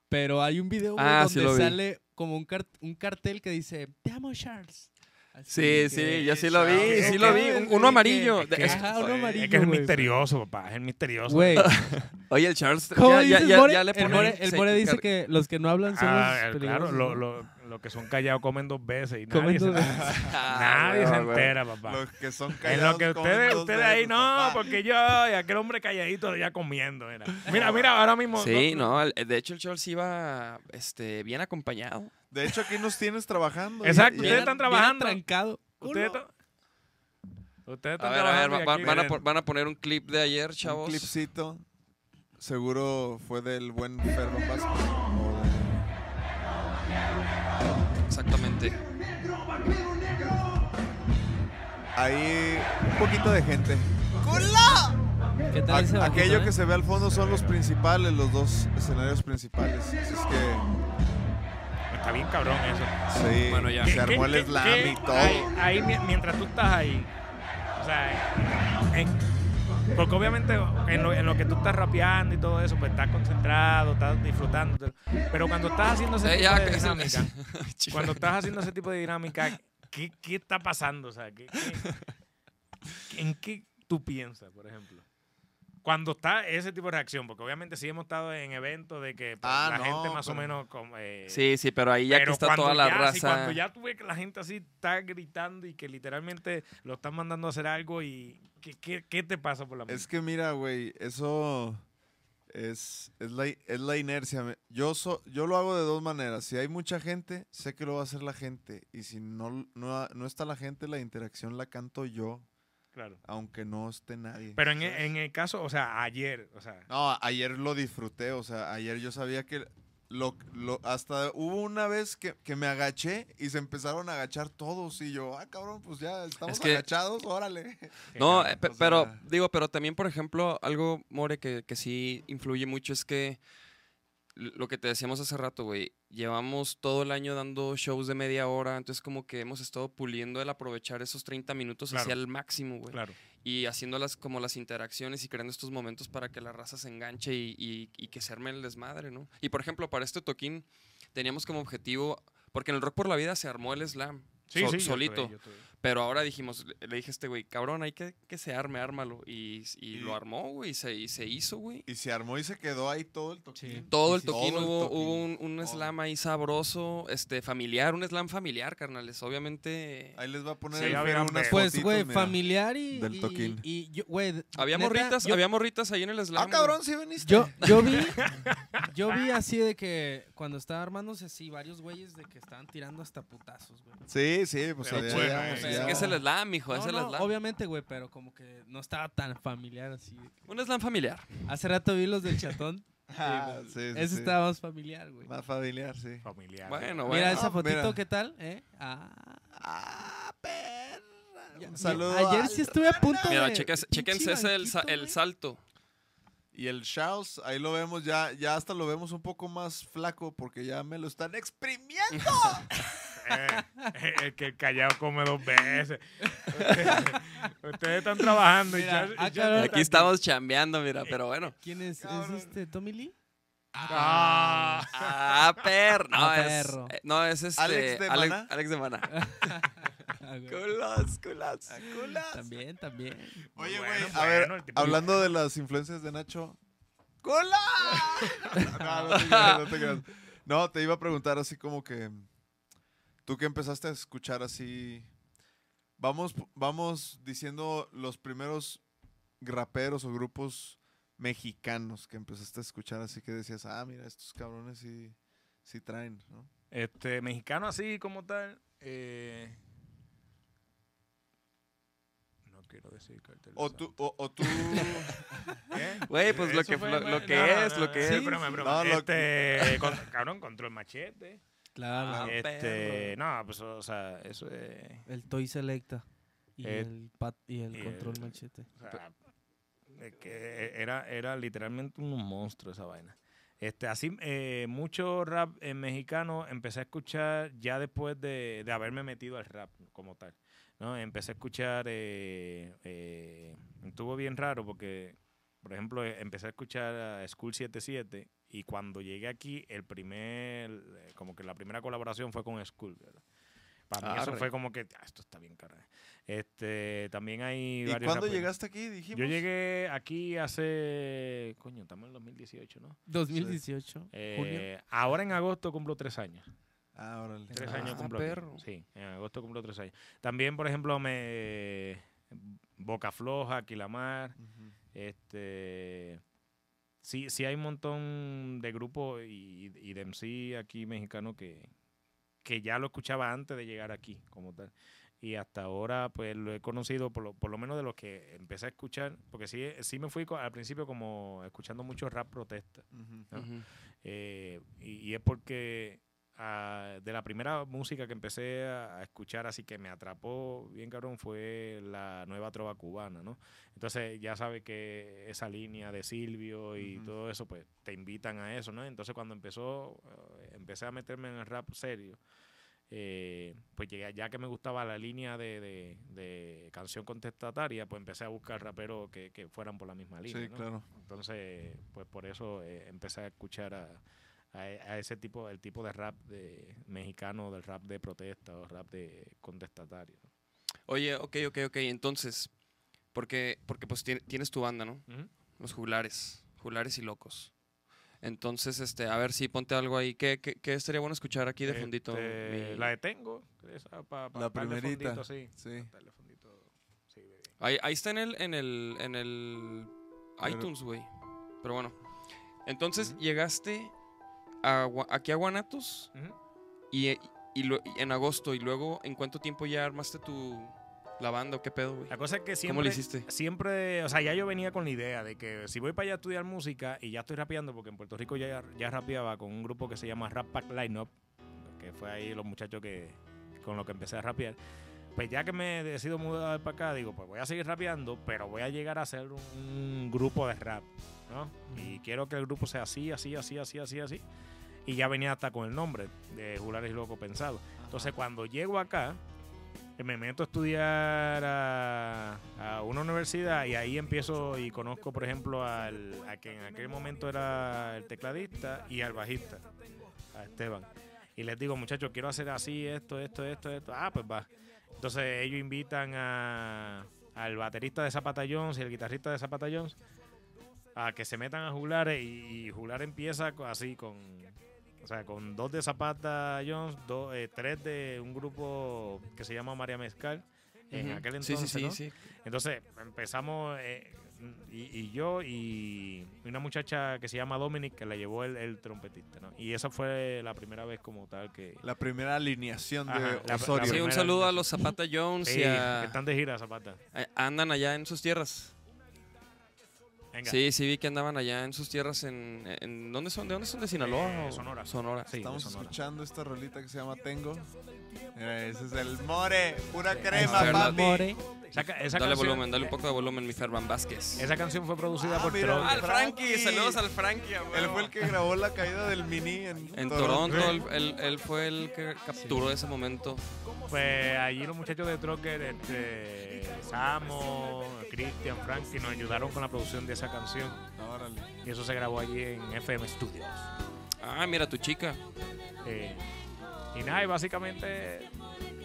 S4: pero hay un video güey,
S2: Ah, sí
S4: donde
S2: lo vi.
S4: sale como un, cart- un cartel que dice, te amo Charles. Así
S2: Sí,
S4: que-
S2: sí, yo sí lo vi,
S1: Charles.
S2: sí lo vi,
S4: Es
S2: un-
S4: que-
S2: uno amarillo.
S4: es que-
S2: De- es-
S4: Ajá, uno
S1: es
S4: amarillo.
S3: Es que es el
S4: güey.
S3: misterioso, papá. Es el misterioso.
S4: Güey,
S2: Oye, el Charles,
S4: ¿cómo
S2: ya, ya-
S4: dices,
S2: ya-
S4: More?
S2: ya le
S4: el
S2: ponen-
S4: More, el
S2: se-
S4: More dice
S2: car-
S4: que los que no hablan son
S3: Ah,
S4: los
S3: claro,
S4: peligrosos,
S3: lo,
S4: ¿no?
S3: lo, lo que son callados comen dos veces y
S4: Comen
S3: nadie, se,
S4: dos veces.
S2: Ah,
S3: nadie se
S2: huevo, huevo.
S3: entera, papá.
S1: Los que son
S3: En
S1: callados.
S3: lo que
S1: comen
S3: ustedes,
S1: dos
S3: ustedes
S1: veces,
S3: ahí, no,
S1: papá.
S3: porque yo, y aquel hombre calladito ya comiendo, mira. Mira, mira, ahora mismo.
S2: Sí, no, el- de hecho el Charles iba este, bien acompañado.
S1: De hecho, aquí nos tienes trabajando.
S3: Exacto,
S1: Ya- ya-
S3: ustedes están
S4: Bien
S3: trabajando.
S4: atrancado.
S3: Ustedes
S4: Culo.
S3: están. Ustedes
S2: A
S3: están
S2: ver, a ver,
S3: trabajando y
S2: va- va-
S3: aquí-
S2: van, a, po- van a poner un clip de ayer,
S1: Un
S2: chavos.
S1: clipcito. Seguro fue del buen Ferro Vázquez. o de-
S2: Exactamente.
S1: Ahí un poquito de gente.
S4: ¿Qué tal ese
S1: Ac-
S4: bajito,
S1: aquello
S4: eh?
S1: que se ve al fondo son los principales, los dos escenarios principales. Así es que
S3: Está bien cabrón eso.
S1: sí,
S2: Bueno, ya.
S1: se
S3: ¿Qué-
S1: armó
S3: qué-
S1: el
S3: qué-
S1: slam
S3: qué
S1: y todo.
S3: Ahí, ahí mi- mientras tú estás ahí. O sea, en- porque obviamente en lo, en lo que tú estás rapeando y todo eso, pues estás concentrado, estás disfrutando. Pero cuando estás haciendo ese
S2: Eh,
S3: tipo
S2: ya,
S3: de
S2: que- eso-
S3: dinámica,
S2: Chifa.
S3: cuando estás haciendo ese tipo de dinámica, ¿qué, qué está pasando? O sea, ¿qué- qué- ¿en qué tú piensas, por ejemplo? Cuando está ese tipo de reacción, porque obviamente sí hemos estado en eventos de que pues,
S1: Ah,
S3: la
S1: no,
S3: gente más o
S1: pero-
S3: menos... como, eh,
S2: Sí, sí, pero ahí ya
S3: pero
S2: que está
S3: cuando
S2: toda la
S3: ya,
S2: raza.
S3: sí, cuando ya tuve que la gente así está gritando y que literalmente lo están mandando a hacer algo y ¿qué, qué, qué te pasa por la mente?
S1: Es que mira, güey, eso es, es, la, es la inercia. me- Yo, so- yo lo hago de dos maneras. Si hay mucha gente, sé que lo va a hacer la gente. Y si no, no, no está la gente, la interacción la canto yo,
S3: Claro.
S1: aunque no esté nadie.
S3: Pero en, e,
S1: ¿sabes?
S3: en el caso, o sea, ayer, o sea,
S1: No, ayer lo disfruté, o sea, ayer yo sabía que lo, lo- hasta hubo una vez que, que me agaché y se empezaron a agachar todos y yo, ah, cabrón, pues ya estamos
S2: Es que-
S1: agachados, órale.
S2: No, eh, pe-
S3: pues,
S1: o sea-
S2: pero digo, pero también, por ejemplo, algo, More, que, que sí influye mucho es que l- lo que te decíamos hace rato, güey, llevamos todo el año dando shows de media hora, entonces como que hemos estado puliendo el aprovechar esos 30 minutos hacia
S3: Claro.
S2: el máximo, güey.
S3: claro.
S2: Y haciéndolas como las interacciones y creando estos momentos para que la raza se enganche y, y- y que se arme el desmadre, ¿no? Y por ejemplo, para este toquín teníamos como objetivo, porque en el Rock por la Vida se armó el slam. sol-
S3: yo
S2: solito.
S3: estoy, yo estoy.
S2: Pero ahora dijimos, le- le dije a este güey, cabrón, hay que que se arme, ármalo. Y, y
S1: Y-
S2: lo armó, güey, y se, y se hizo, güey.
S1: Y se armó y se quedó ahí todo el toquín.
S4: Sí.
S2: Todo el
S1: sí, sí.
S2: toquín
S1: Todo el
S2: hubo,
S1: toquín,
S2: hubo un, un
S1: todo.
S2: slam ahí sabroso, este, familiar, un slam familiar, carnales. Obviamente.
S1: Ahí les va a poner
S3: Sí,
S1: el
S3: ya
S1: Fer
S3: verán,
S1: unas
S3: pero-
S4: Pues,
S1: fotitos,
S4: güey,
S1: mira.
S4: familiar y.
S1: Del
S4: y-
S1: toquín.
S4: Y, yo, güey. de-
S2: Había
S4: neta,
S2: morritas,
S4: yo-
S2: había morritas ahí en el slam.
S1: Ah,
S2: güey.
S1: cabrón, sí veniste.
S4: Yo, yo vi. Yo vi así de que cuando estaba armándose así, varios güeyes de que estaban tirando hasta putazos, güey.
S1: Sí, sí, pues
S3: Pero
S1: allá
S3: bueno,
S1: íbamos,
S4: eh,
S2: Es
S1: ya.
S2: que es el slam, hijo, es
S4: No,
S2: el
S4: no,
S2: slam.
S4: obviamente, güey, pero como que no estaba tan familiar así.
S2: Un slam familiar.
S4: Hace rato vi los del chatón.
S1: Ah, sí, sí,
S4: Ese
S1: sí.
S4: estaba más familiar, güey.
S1: más familiar, sí.
S3: Familiar.
S2: Bueno,
S4: Mira
S2: bueno.
S4: esa
S1: Ah,
S4: fotito,
S1: mira.
S4: ¿qué tal? ¿Eh? Ah.
S1: Ah, perra.
S4: Ya-
S1: Un saludo.
S4: Ayer
S1: al-
S4: sí estuve a punto de.
S2: Mira, cheques-
S4: pinche
S2: chequense ese, el, sa-
S4: banquito,
S2: el
S4: güey.
S2: salto.
S1: Y el Charles, ahí lo vemos ya, ya hasta lo vemos un poco más flaco porque ya me lo están exprimiendo.
S3: eh, el que el callado come dos veces. Ustedes, ustedes están trabajando. y
S4: Mira,
S3: Charlie-
S4: ah,
S3: y
S4: cabrón.
S3: Charlie-
S2: Aquí estamos chambeando, mira, pero bueno.
S4: ¿Quién es? ¿Es
S1: Cabrón.
S4: este Tommy Lee?
S3: Ah.
S2: Ah, perro. No,
S4: Ah,
S2: es,
S4: perro.
S2: eh, no, es este.
S1: Alex de
S2: Alex,
S1: Maná.
S2: Alex de Maná.
S4: Ah, güey.
S2: Culos, culos.
S4: También, también.
S1: Oye, güey,
S3: Bueno,
S1: a ver,
S3: bueno, el tipo-
S1: hablando de las influencias de Nacho. ¡Cola! no, no te creas, no te creas. No, te iba a preguntar así como que. Tú que empezaste a escuchar así. Vamos, vamos diciendo los primeros raperos o grupos mexicanos que empezaste a escuchar así que decías, ah, mira, estos cabrones sí, sí traen, ¿no?
S3: Este, mexicano así como tal. eh, no quiero decir cartel. de
S1: O
S3: Santa.
S1: tú, o, o tú.
S3: ¿Qué?
S2: Güey, pues lo
S3: Eso
S2: que,
S3: fue,
S2: lo,
S3: güey.
S2: lo que
S3: No, no,
S2: es,
S3: no,
S2: lo que
S3: sí,
S2: es.
S3: broma, broma.
S1: No, lo-
S3: Este, con- cabrón, control machete.
S4: Claro.
S2: Ah,
S3: este,
S2: perro.
S3: no, pues, o sea, eso es.
S4: El Toy Selecta. Y
S3: Eh,
S4: el, pat- y el
S3: y
S4: control
S3: el-
S4: machete.
S3: o sea, es que era, era literalmente un monstruo esa vaina. Este, así, eh, mucho rap eh, mexicano empecé a escuchar ya después de, de haberme metido al rap como tal. ¿no? Empecé a escuchar, eh, eh, estuvo bien raro porque, por ejemplo, eh, empecé a escuchar a School 77 y cuando llegué aquí, el primer, eh, como que la primera colaboración fue con School. ¿verdad? Para mí eso
S2: Arre.
S3: fue como que, "Ah, esto está bien caro. Este, también hay
S1: ¿Y
S3: varios
S1: cuándo
S3: raperos.
S1: llegaste aquí? Dijimos.
S3: Yo llegué aquí hace. Coño, estamos en 2018, ¿no?
S4: 2018. Junio.
S3: Eh, ahora en agosto cumplo tres años.
S1: Ah, órale.
S3: Tres
S2: Ah,
S3: años cumplo. aquí.
S2: perro.
S3: Sí, en agosto cumplo tres años. También, por ejemplo, me. Boca Floja, Quilamar.
S1: Ujú.
S3: Este. Sí, sí hay un montón de grupos y, y de MC aquí mexicano que, que ya lo escuchaba antes de llegar aquí, como tal. Y hasta ahora, pues lo he conocido, por lo, por lo menos de los que empecé a escuchar, porque sí, sí me fui co- al principio como escuchando mucho rap protesta.
S1: Ujú.
S2: Ujú.
S3: Eh, y, y es porque ah, de la primera música que empecé a, a escuchar, así que me atrapó bien cabrón, fue la nueva trova cubana, ¿no? Entonces ya sabe que esa línea de Silvio y
S1: Ujú.
S3: todo eso, pues te invitan a eso, ¿no? Entonces cuando empezó, eh, empecé a meterme en el rap serio, eh, pues llegué, a- ya que me gustaba la línea de, de- de canción contestataria, pues empecé a buscar raperos que, que fueran por la misma línea.
S1: Sí,
S3: ¿no?
S1: claro.
S3: Entonces, pues por eso eh, empecé a escuchar a, a e- a ese tipo, el tipo de rap de mexicano, del rap de protesta o rap de contestatario.
S2: Oye, ok, ok, ok. Entonces, porque, porque pues tien- tienes tu banda, ¿no? Los juglares. Juglares y locos. Entonces, este, a ver si ponte algo ahí. ¿Qué, qué, qué estaría bueno escuchar aquí de fondito?
S3: Este,
S2: mi-
S3: La detengo. Esa, pa- pa-
S1: La
S3: darle
S1: primerita,
S3: fondito, sí.
S1: sí.
S3: Pa- darle fondito, sí, de-
S2: Ahí, ahí está en el, en el, en el
S1: Pero-
S2: iTunes, güey. Pero bueno. Entonces llegaste a, Gua- aquí a Guanatos y, y lo- y en agosto. Y luego, ¿en cuánto tiempo ya armaste tu la banda o qué pedo, güey?
S3: La cosa es que siempre...
S2: ¿Cómo le hiciste?
S3: Siempre, o sea, ya yo venía con la idea de que si voy para allá a estudiar música y ya estoy rapeando, porque en Puerto Rico ya, ya rapeaba con un grupo que se llama Rap Pack Lineup, que fue ahí los muchachos que con los que empecé a rapear. Pues ya que me decido mudar para acá, digo, pues voy a seguir rapeando, pero voy a llegar a ser un, un grupo de rap, ¿no? Y quiero que el grupo sea así, así, así, así, así, así. Y ya venía hasta con el nombre de Julares y Loco Pensado. Entonces, cuando llego acá, eh, me meto a estudiar a, a una universidad y ahí empiezo y conozco, por ejemplo, al, a que en aquel momento era el tecladista y al bajista, a Esteban. Y les digo, muchachos, quiero hacer así, esto, esto, esto, esto. Ah, pues va. Entonces ellos invitan a, al baterista de Zapata Jones y el guitarrista de Zapata Jones a que se metan a jugar y, y Jular empieza co- así con, o sea, con dos de Zapata Jones, dos, eh, tres de un grupo que se llama María Mezcal. En
S2: Ujú.
S3: aquel
S2: Sí,
S3: entonces,
S2: sí, sí,
S3: ¿no?
S2: sí.
S3: Entonces empezamos eh, y, y yo y una muchacha que se llama Dominic que la llevó el, el trompetista, ¿no? Y esa fue la primera vez como tal que...
S1: La primera alineación
S3: Ajá,
S1: de
S3: la- la
S1: Osorio.
S2: Sí, un
S3: primera
S2: saludo a
S3: vez.
S2: los Zapata Jones
S3: Sí,
S2: y
S3: que
S2: a, eh,
S3: están de gira Zapata.
S2: a- andan allá en sus tierras.
S3: Venga.
S2: Sí, sí, vi que andaban allá en sus tierras en... en- ¿Dónde son? ¿De dónde son? ¿De Sinaloa?
S3: Eh,
S2: o-
S3: Sonora.
S2: Sonora.
S3: Sí, de
S1: Estamos
S3: Sonora.
S1: escuchando esta rolita que se llama Tengo. Mira, ese es el More, pura
S2: es
S1: crema,
S2: verdad.
S1: papi.
S4: More.
S3: Esa ca- esa
S2: Dale
S3: canción-
S2: volumen, dale un poco de volumen, mi Ferman Vázquez.
S3: Esa canción fue producida
S1: Ah,
S3: por
S1: mira.
S3: Troll.
S2: Ah, el Frankie,
S1: Frankie.
S2: saludos al Frankie. a
S1: Él
S2: huevo.
S1: fue el que grabó la caída del mini en,
S2: En Toronto, él, él- él fue el que capturó ese momento.
S3: Pues allí los muchachos de Trocker, este, Samo, Christian, Frankie, nos ayudaron con la producción de esa canción.
S1: Órale.
S3: Y eso se grabó allí en FM Studios.
S2: Ah, mira tu chica.
S3: Eh, y nada, y básicamente,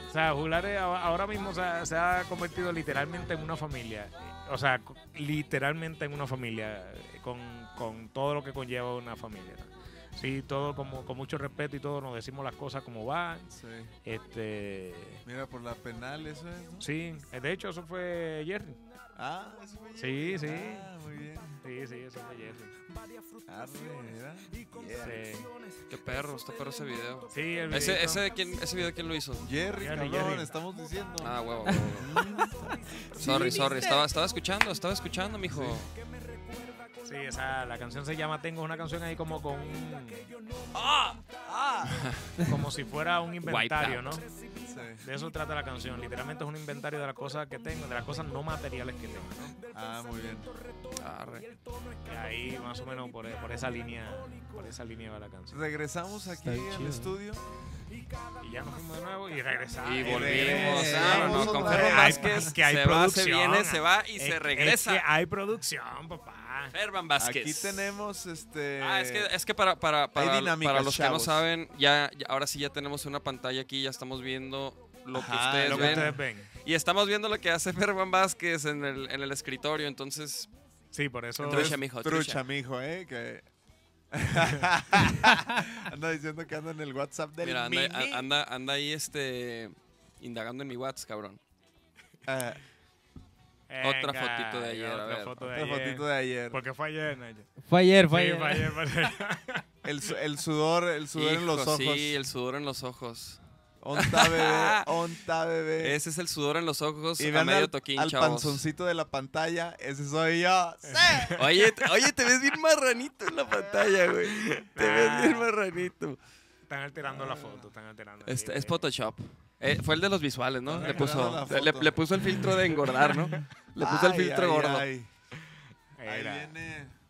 S3: o sea, Julares a- ahora mismo se ha, se ha convertido literalmente en una familia. O sea, co- literalmente en una familia, eh, con, con todo lo que conlleva una familia. ¿no? Sí, todo como, con mucho respeto y todo, nos decimos las cosas como van.
S1: Sí.
S3: Este,
S1: Mira, por la penal, eso es. ¿no?
S3: sí, eh, de hecho, eso fue Jerry.
S1: Ah, eso fue
S3: Sí, sí.
S1: Ah, muy bien.
S3: Sí, sí, eso fue Jerry.
S1: Arre, mira. Yeah.
S3: Sí,
S2: Qué perro, está perro ese video.
S3: Sí, el
S2: Ese,
S3: videito.
S2: ese, de quién, ese video, ¿quién lo hizo?
S1: Jerry,
S3: Jerry,
S1: cabrón,
S3: Jerry.
S1: estamos diciendo.
S2: Ah, huevo. huevo, huevo. Sorry, sorry. Estaba, estaba escuchando, estaba escuchando, mijo.
S3: Sí, esa, la canción se llama Tengo, es una canción ahí como con un-
S2: Ah,
S3: Como si fuera un inventario, ¿no?
S1: Sí.
S3: De eso trata la canción. Literalmente es un inventario de las cosas que tengo, de las cosas no materiales que tengo. ¿no?
S1: Ah, muy bien.
S2: Arre.
S3: Y ahí más o menos por, por esa línea, por esa línea va la canción.
S1: Regresamos aquí
S4: Está
S1: al
S4: chido.
S1: estudio.
S3: Y ya nos fuimos de nuevo y regresamos.
S2: Y volvimos.
S1: regresamos,
S2: Ah, no, con
S1: Eh, otra vez.
S2: Ferman Vázquez.
S3: Que hay
S2: se va, se
S3: producción.
S2: viene, se va y
S3: Es-
S2: se
S3: Es
S2: regresa.
S3: que hay producción, papá.
S2: Ferman Vázquez.
S1: Aquí tenemos este.
S2: Ah, es que, es que para, para, para,
S1: dinámicas,
S2: para los que no
S1: chavos.
S2: saben, ya, ya- ahora sí ya tenemos una pantalla aquí, ya estamos viendo lo que
S1: Ajá,
S2: ustedes
S3: Lo que
S2: ven.
S3: ustedes ven.
S2: Y estamos viendo lo que hace Ferman Vázquez en el, en el escritorio, entonces...
S3: Sí, por eso.
S2: Trucha, mijo, trucha.
S1: Trucha, mijo, eh. Que... anda diciendo que anda en el WhatsApp del
S2: Mira, anda,
S1: mini.
S2: a- anda, anda ahí este... Indagando en mi WhatsApp, cabrón.
S1: Ah,
S2: Otra
S3: Venga,
S2: fotito de ayer, a
S3: Otra
S2: ver.
S3: foto de
S1: otra
S3: ayer.
S1: fotito de ayer.
S3: Porque fue ayer, Nayo.
S4: Fue ayer, fue
S3: Sí,
S4: ayer.
S3: fue ayer, fue ayer.
S1: El, su- el sudor, el sudor en los
S2: Hijo,
S1: ojos.
S2: Sí, el sudor en los ojos.
S1: Onta bebé, onta bebé.
S2: Ese es el sudor en los ojos
S1: Eh, y
S2: a
S1: vean
S2: medio
S1: al,
S2: toquín,
S1: al
S2: chavos.
S1: panzoncito de la pantalla, ese soy yo. ¡Sí!
S2: Oye, te- oye, te ves bien marranito en la pantalla, güey. Te ves bien
S3: Ah.
S2: marranito.
S3: Están alterando la foto, están alterando.
S2: Es,
S3: ahí,
S2: Este, es
S3: eh.
S2: Photoshop. Eh, fue el de los visuales, ¿no?
S1: Está
S2: Le
S1: mejorando
S2: puso,
S1: la
S2: le,
S1: foto.
S2: le puso el filtro de engordar, ¿no? Le puso el
S1: Ay,
S2: filtro
S1: ay,
S2: gordo.
S1: ay. Ahí
S3: Era.
S1: viene.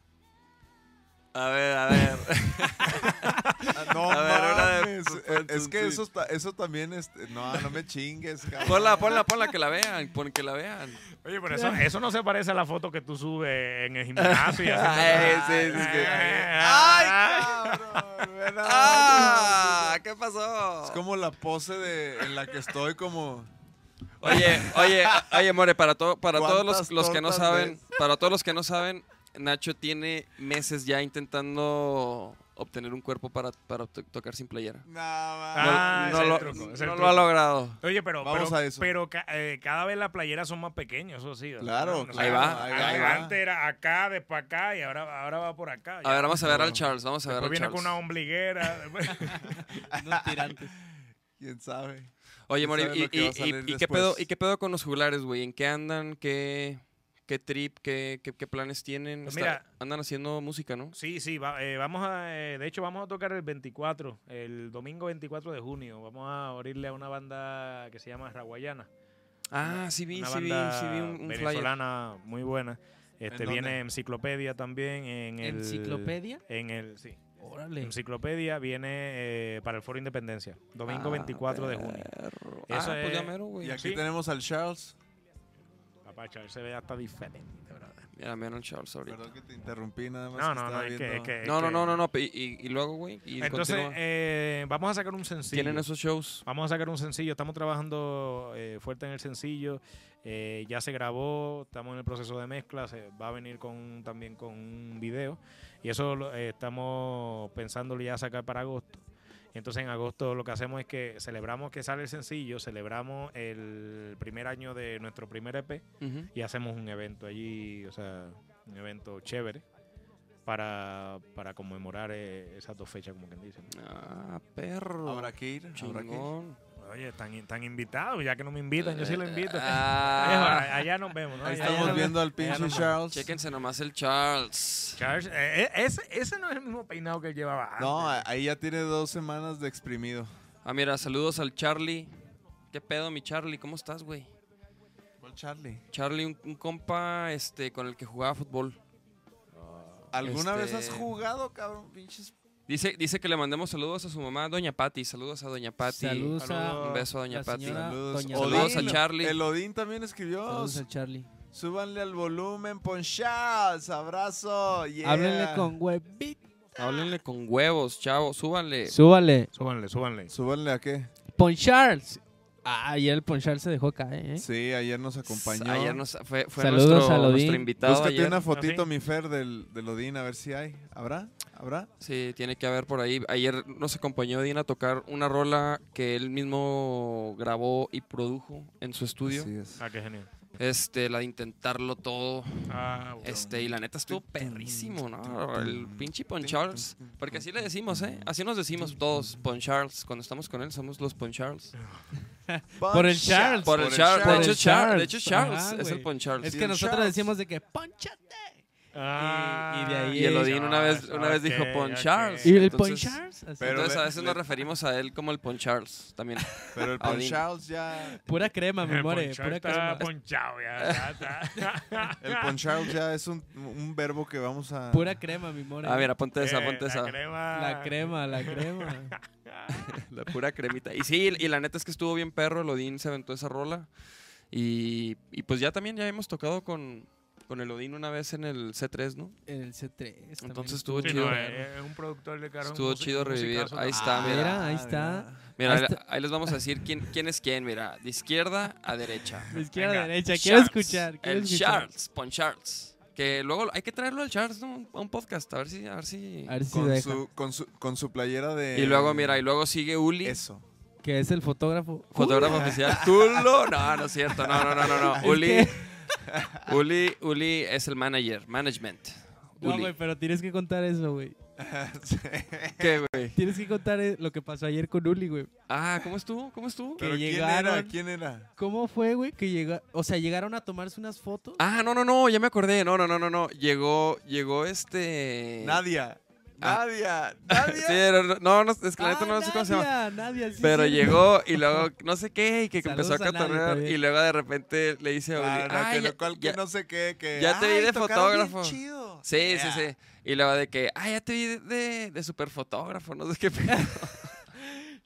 S2: A ver, a ver.
S1: Ah, No,
S2: A ver, una de
S1: mames.
S2: tus
S1: Eh, Es que
S2: panzoncitos.
S1: eso, está- eso también es. No, no me chingues, cabrón.
S2: Ponla, ponla, ponla, que la vean. Pon que la vean.
S3: Oye, pero eso, eso no se parece a la foto que tú subes en el gimnasio. y
S2: Ay,
S3: haciendo- Ah, eh,
S2: sí, es que-
S3: Ay,
S1: ¡Ay, cabrón! Ve nada más.
S2: ¡Ah! ¿Qué pasó?
S1: Es como la pose de, en la que estoy como...
S2: Oye, oye, oye, More, para, to- para todos los,
S1: ¿Cuántas
S2: los que no
S1: tortas
S2: saben,
S1: ves?
S2: para todos los que no saben, Nacho tiene meses ya intentando obtener un cuerpo para, para to- tocar sin playera.
S1: No,
S2: No, no
S3: Ah, ese es el
S2: lo,
S3: truco, ese es el
S2: no lo
S3: truco.
S2: ha logrado.
S3: Oye, pero,
S1: Vamos
S3: pero,
S1: a eso.
S3: pero ca- eh, cada vez las playeras son más pequeñas, eso sí. o sea,
S1: Claro,
S3: no sé,
S2: ahí va, ahí va, ahí va.
S3: Antes era acá, después acá y ahora, ahora va por acá.
S2: A ver, vamos a ver al
S1: No.
S2: Charles, vamos a ver al
S3: Después viene con una
S2: Charles.
S3: ombliguera. después-
S4: Unos tirantes.
S1: ¿Quién sabe?
S2: Oye,
S1: quién
S2: More,
S1: sabe
S2: y,
S1: lo que va a
S2: y-
S1: salir
S2: y- y qué
S1: después.
S2: pedo, ¿y qué pedo con los juglares, güey? ¿En qué andan? ¿Qué, qué trip? ¿Qué, qué, qué planes tienen?
S3: Pues
S2: Está-
S3: mira.
S2: andan haciendo música, ¿no?
S3: sí, sí, va- eh, vamos a, eh, de hecho vamos a tocar el 24, el domingo 24 de junio. Vamos a abrirle a una banda que se llama Raguayana.
S2: Ah, sí vi,
S3: una
S2: sí vi,
S3: banda
S2: sí vi un, un flyer.
S3: venezolana muy buena. Este
S1: ¿En
S3: viene
S1: dónde?
S3: Enciclopedia también en el
S4: ¿Enciclopedia?
S3: En el sí.
S4: Órale.
S3: Enciclopedia viene eh, para el Foro Independencia, domingo
S2: Ah,
S3: 24
S2: eh.
S3: de junio.
S2: junio. Ah,
S3: Eso
S2: pues ya
S3: es-
S2: mero,
S1: Y
S2: güey.
S1: aquí
S3: Sí.
S1: tenemos al Charles.
S3: Papá, Charles se ve hasta diferente, brother.
S2: Mira, mira al Charles ahorita.
S1: Perdón que te interrumpí, nada más.
S3: No,
S1: que
S3: no, no,
S1: estaba
S3: es que,
S1: viendo-
S3: es que- es
S2: No, no,
S3: Eh, que-
S2: no, no, no. pe- Y, y- y luego, güey. Y
S3: Entonces,
S2: continúa.
S3: eh, vamos a sacar un sencillo.
S2: Tienen esos shows.
S3: Vamos a sacar un sencillo. Estamos trabajando eh, fuerte en el sencillo. Eh, ya se grabó. Estamos en el proceso de mezcla. Se va a venir con también con un video. Y eso lo- eh, estamos pensándolo ya sacar para agosto. Entonces en agosto lo que hacemos es que celebramos que sale el sencillo, celebramos el primer año de nuestro primer EP
S2: Ujú.
S3: y hacemos un evento allí, o sea, un evento chévere para, para conmemorar eh, esas dos fechas, como quien dice. ¿no?
S2: Ah, perro.
S1: Habrá que ir, habrá que ir.
S2: Chingón.
S3: Oye, están, están invitados, ya que no me invitan, yo sí lo invito.
S2: Eh, Ah,
S3: allá, allá nos vemos, ¿no?
S1: Ahí
S3: Allá
S1: estamos
S3: nos vemos.
S1: viendo al pinche
S3: nomás.
S1: Charles.
S2: chéquense nomás el Charles.
S3: Charles, eh, eh, ese, ese no es el mismo peinado que él llevaba antes.
S1: No, eh. a- ahí ya tiene dos semanas de exprimido.
S2: Ah, mira, saludos al Charlie. ¿Qué pedo, mi Charlie? ¿Cómo estás, güey?
S1: ¿Cuál Charlie?
S2: Charlie, un, un compa este, con el que jugaba fútbol.
S1: ¿Alguna vez
S2: Este-
S1: has jugado, cabrón? Pinches.
S2: Dice, dice que le mandemos saludos a su mamá, Doña Patti. Saludos a Doña Patti.
S4: Saludos a
S2: Un beso a Doña
S4: la
S2: Patti.
S4: señora
S1: Saludos.
S4: Doña
S1: Odín.
S2: Saludos a Charlie.
S1: El Odín también escribió.
S4: Saludos al Charlie.
S1: Súbanle al volumen, pon Charles. Abrazo. Yeah.
S4: Háblenle con huevito.
S2: Háblenle con huevos, chavo. Súbanle.
S4: Súbale.
S3: Súbanle, súbanle.
S1: ¿Súbanle a qué?
S4: Pon Charles. Ah, ayer el Pon Charles se dejó caer, ¿eh?
S1: Sí, ayer nos acompañó.
S2: Ayer nos, fue, fue
S4: Saludos
S2: nuestro,
S4: a Lodín.
S2: nuestro invitado.
S1: Búscate
S2: ayer.
S1: una fotito,
S3: Ah, sí.
S1: mi Fer, del, del Odín, a ver si hay. ¿Habrá? ¿Habrá?
S2: Sí, tiene que haber por ahí. Ayer nos acompañó Dina a tocar una rola que él mismo grabó y produjo en su estudio.
S1: Así es.
S3: Ah, qué genial.
S2: Este, la de intentarlo todo.
S3: Ah, bueno.
S2: Este, y la neta estuvo perrísimo, ¿no? El pinche Pon Charles. Porque así le decimos, ¿eh? Así nos decimos todos, Pon Charles. Cuando estamos con él, somos los Pon Charles.
S4: Por el Charles.
S2: Por el Charles. De hecho,
S4: Charles. Por el
S2: Charles. De hecho,
S4: Charles.
S2: Charles
S4: Ajá,
S2: es el
S4: güey.
S2: Pon Charles.
S4: Es
S1: Sí,
S4: que
S1: el
S4: nosotros
S1: Charles.
S4: decimos de que ponchate.
S3: Ah,
S4: y de ahí-
S2: Y el Odín una vez, una vez dijo
S3: ok,
S2: Pon
S3: ok.
S2: Charles.
S4: ¿Y el
S2: Entonces-
S4: Pon Charles? Así.
S1: Pero
S2: Entonces
S1: le-
S2: a veces
S1: le-
S2: nos referimos a él como el Pon Charles también.
S1: Pero el pon
S2: Odín.
S1: Charles ya.
S4: Pura crema, mi
S3: El
S4: more.
S3: ponchado
S4: Pura
S3: está
S4: crema.
S3: ponchado ya. ya está.
S1: El pon Charles ya es un, un verbo que vamos a.
S4: Pura crema, mi more.
S2: A ver, Ah, ponte esa,
S3: Eh,
S2: ponte
S3: la
S2: esa.
S3: crema.
S4: La crema, la crema.
S2: La pura cremita. Y sí, y la neta es que estuvo bien perro, el Odín se aventó esa rola. Y, y pues ya también ya hemos tocado con, con el Odín una vez en el C3, ¿no?
S4: En el C3. también.
S2: Entonces estuvo
S3: Sí,
S2: chido.
S3: no, eh, eh, un productor de carón.
S2: Estuvo
S3: musi-
S2: chido revivir.
S3: musicazo
S2: Ahí
S3: también.
S2: está,
S4: Ah,
S2: mira.
S4: mira, ahí está.
S2: Mira, ahí,
S4: hasta-
S2: la- ahí les vamos a decir quién, quién es quién, mira. De izquierda a derecha.
S4: De izquierda
S3: Venga,
S4: a derecha. Quiero
S2: Charles,
S4: escuchar. quiero
S2: el
S4: escuchar.
S2: Charles, pon Charles. Que luego hay que traerlo al Charles ¿no? a un podcast, a ver si... A ver si...
S4: A ver si
S1: Con
S4: deja.
S1: su, con, su, con su playera de.
S2: Y luego, mira, y luego sigue Uli.
S1: Eso.
S4: Que es el fotógrafo.
S2: Fotógrafo oficial. Tulo. No, no es cierto. No, no, no, no. no. Uli,
S4: Es
S2: Uli, Uli es el manager, management.
S4: No,
S2: Uli.
S4: güey, pero tienes que contar eso, güey.
S2: ¿Qué, güey?
S4: Tienes que contar eh, lo que pasó ayer con Uli, güey.
S2: Ah, ¿cómo estuvo? ¿Cómo estuvo?
S1: Pero ¿quién
S4: llegaron-
S1: era? ¿Quién era?
S4: ¿Cómo fue, güey? Que llega, o sea, llegaron a tomarse unas fotos.
S2: Ah, no, no, no, ya me acordé. No, no, no, no, no. Llegó, llegó este.
S1: Nadia.
S2: Ah.
S1: Nadia. Nadia.
S2: Sí, no, no, no, no, es que la neta
S4: Ah,
S2: no sé cómo se llama.
S4: Nadia, Nadia, sí,
S2: Pero
S4: sí.
S2: llegó y luego no sé qué, y que empezó a
S4: Saludos a Nadia
S2: catorrear.
S4: también.
S2: Y luego de repente le dice a Uli.
S1: Claro,
S2: "Ah,
S1: que
S2: ya-
S1: lo cual que
S2: ya-
S1: no sé qué, que
S2: ya te vi
S1: "Ay,
S2: de
S1: tocaron bien
S2: fotógrafo".
S1: chido.
S2: Sí,
S1: Yeah.
S2: sí, sí. Y luego de que, ah, ya te vi de, de, de superfotógrafo, no sé qué. pedo.